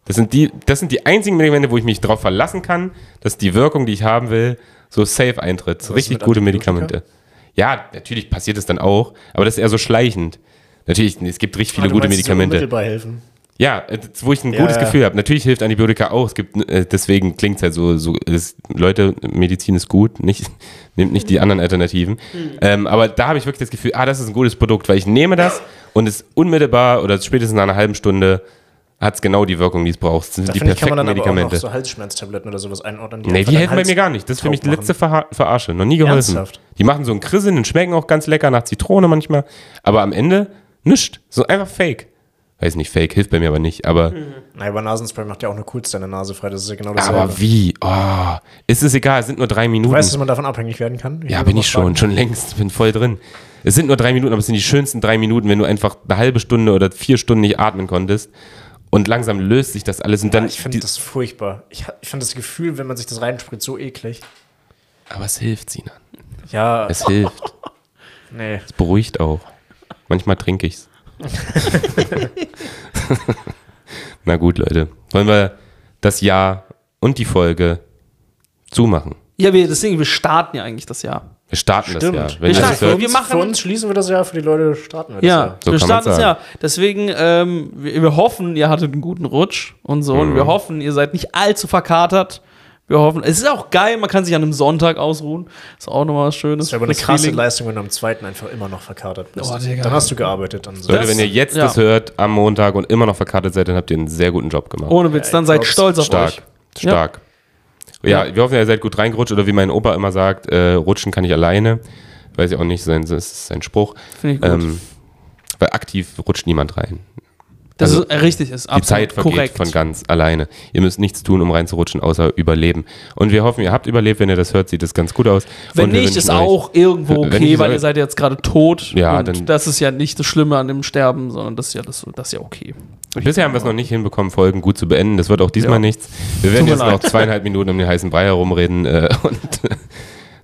B: Das sind die, das sind die einzigen Medikamente, wo ich mich drauf verlassen kann, dass die Wirkung, die ich haben will, so safe eintritt.
C: ist
B: Richtig
C: mit
B: gute
C: Antibiotika?
B: Medikamente. Ja, natürlich passiert es dann auch, aber das ist eher so schleichend. Natürlich, es gibt richtig viele
C: Ah, du
B: gute
C: meinst, die so
B: Medikamente.
C: unmittelbar helfen.
B: Ja, äh, das, wo ich ein
C: Ja,
B: gutes
C: ja.
B: Gefühl habe. Natürlich hilft Antibiotika auch. Es gibt, äh, deswegen klingt's halt so, so es- Leute, Medizin ist gut, nicht, nehmt
C: Mhm.
B: nicht die anderen Alternativen. Ähm, aber da habe ich wirklich das Gefühl, ah, das ist ein gutes Produkt, weil ich nehme das und es unmittelbar oder spätestens nach einer halben Stunde hat's genau die Wirkung, die es braucht. Das sind
C: Da
B: die
C: finde ich,
B: perfekten
C: kann man dann aber auch noch
B: Medikamente.
C: so Halsschmerztabletten oder sowas einordnen.
B: Nee,
C: einfach
B: die
C: den
B: helfen bei
C: Hals
B: mir gar nicht. Das ist für mich die
C: taub machen.
B: letzte Verha Verarsche. Noch nie geholfen.
C: Ernsthaft?
B: Die machen so einen Krisseln, schmecken auch ganz lecker nach Zitrone manchmal. Aber am Ende nischt. So einfach fake. Weiß nicht, fake hilft bei mir aber nicht. Aber
C: Mhm. Nein, aber Nasenspray macht ja auch nur kurz deine Nase frei. Das ist ja genau das.
B: Aber wie? Oh, ist es egal, es sind nur drei Minuten.
C: Weißt du, dass man davon abhängig werden kann?
B: ja,
C: will
B: bin
C: mal
B: ich schon,
C: fragen.
B: schon längst, bin voll drin. Es sind nur drei Minuten, aber es sind die schönsten drei Minuten, wenn du einfach eine halbe Stunde oder vier Stunden nicht atmen konntest und langsam löst sich das alles und dann.
C: Ich finde
B: die-
C: das furchtbar. Ich, ha- ich finde das Gefühl, wenn man sich das reinspritzt, so eklig.
B: aber es Ah, hilft, Sinan.
C: Ja,
B: Es hilft.
C: nee.
B: Es beruhigt auch. Manchmal trinke ich's. Na gut, Leute. Wollen wir das Jahr und die Folge zumachen?
A: Ja, wir, deswegen, wir starten ja eigentlich das Jahr.
B: Wir starten
C: Stimmt.
B: das Jahr.
A: Wir
B: ihr das
A: starten-
B: hört,
A: wir machen-
C: Für uns schließen wir das Jahr, für die Leute starten wir das
A: Ja,
C: Jahr.
B: So
A: wir
B: kann
A: starten das
B: man's sagen.
A: Jahr. Deswegen, ähm, wir, wir hoffen, ihr hattet einen guten Rutsch und so.
B: Mhm.
A: Und wir hoffen, ihr seid nicht allzu verkatert. Wir hoffen, es ist auch geil, man kann sich an einem Sonntag ausruhen. Ist auch nochmal was Schönes.
C: Das wäre aber eine krasse
A: Feeling.
C: Leistung, wenn du am zweiten einfach immer noch verkatert bist.
A: Oh, Digga.
C: dann hast du gearbeitet. Dann
B: Leute, wenn ihr jetzt
A: ja.
B: das hört am Montag und immer noch verkartet seid, dann habt ihr einen sehr guten Job gemacht.
A: Ohne Witz,
C: Ja,
A: dann
C: ich
A: seid
C: glaub's.
A: stolz auf
B: Stark.
A: euch.
B: Stark. Ja. wir hoffen, ihr seid gut reingerutscht oder wie mein Opa immer sagt, äh, rutschen kann ich alleine. Weiß ich auch nicht, sein, das ist sein Spruch.
A: Finde ich gut.
B: Ähm, weil aktiv rutscht niemand rein.
A: das
B: also,
A: ist äh, richtig, ist
B: Die
A: absolut
B: Zeit vergeht
A: korrekt.
B: von ganz alleine. Ihr müsst nichts tun, um reinzurutschen, außer überleben. Und wir hoffen, ihr habt überlebt. Wenn ihr das hört, sieht das ganz gut aus.
A: Wenn
B: Und wir
A: nicht, ist
B: wünschen euch-
A: auch irgendwo
B: Wenn nicht,
A: okay,
B: ist
A: weil
B: auch-
A: ihr seid jetzt gerade tot.
B: Ja,
A: und
B: dann-
A: das ist ja nicht das Schlimme an dem Sterben, sondern das ist ja, das, das ist ja okay.
B: Bisher haben wir es noch nicht hinbekommen, Folgen gut zu beenden. Das wird auch diesmal
A: Ja.
B: nichts. Wir werden
A: mir
B: jetzt noch
A: leid.
B: zweieinhalb Minuten um den heißen Brei herumreden. Äh, und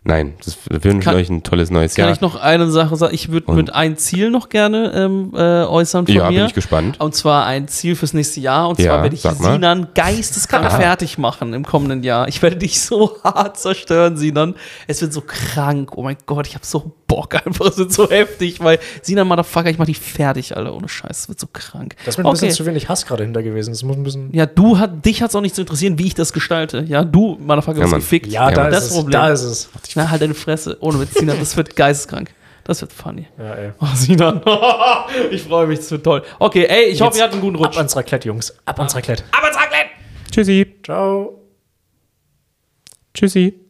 B: nein, das, wir wünschen
A: Kann-
B: euch ein tolles neues
A: Kann
B: Jahr.
A: ich noch eine Sache sagen? Ich würde
B: Und-
A: mit ein Ziel noch gerne ähm, äh, äußern von
B: ja,
A: mir.
B: bin ich gespannt.
A: Und zwar ein Ziel fürs nächste Jahr. Und
B: Ja,
A: zwar werde ich
B: sag mal.
A: Sinan geisteskrank fertig machen im kommenden Jahr. Ich werde dich so hart zerstören, Sinan. Es wird so krank. Oh mein Gott, ich habe so Bock einfach. Es wird so heftig, weil Sinan, Motherfucker, ich mache dich fertig, Alter. Ohne Scheiß. Es wird so krank.
C: das ist mir ein bisschen zu wenig Hass gerade hinter gewesen. Das muss ein bisschen.
A: ja, du hat, dich hat es auch nicht zu interessieren, wie ich das gestalte. Ja, du, Motherfucker,
B: Ja,
A: bist
B: Mann.
A: gefickt.
C: Ja, da,
A: das
C: ist es,
A: Problem.
C: da ist es.
A: Na, halt deine Fresse. Ohne Witz, Sinan, das wird geisteskrank. Das wird funny.
C: Ja, ey.
A: Oh, Sinan. ich freue mich, das wird toll. Okay, ey, ich hoffe,
C: Jetzt
A: ihr hattet einen guten
C: Ab
A: Rutsch. Ah.
C: ans Raclette, Jungs. Ab ans Raclette.
A: Aber Raclette!
B: Tschüssi.
C: Ciao.
B: Tschüssi.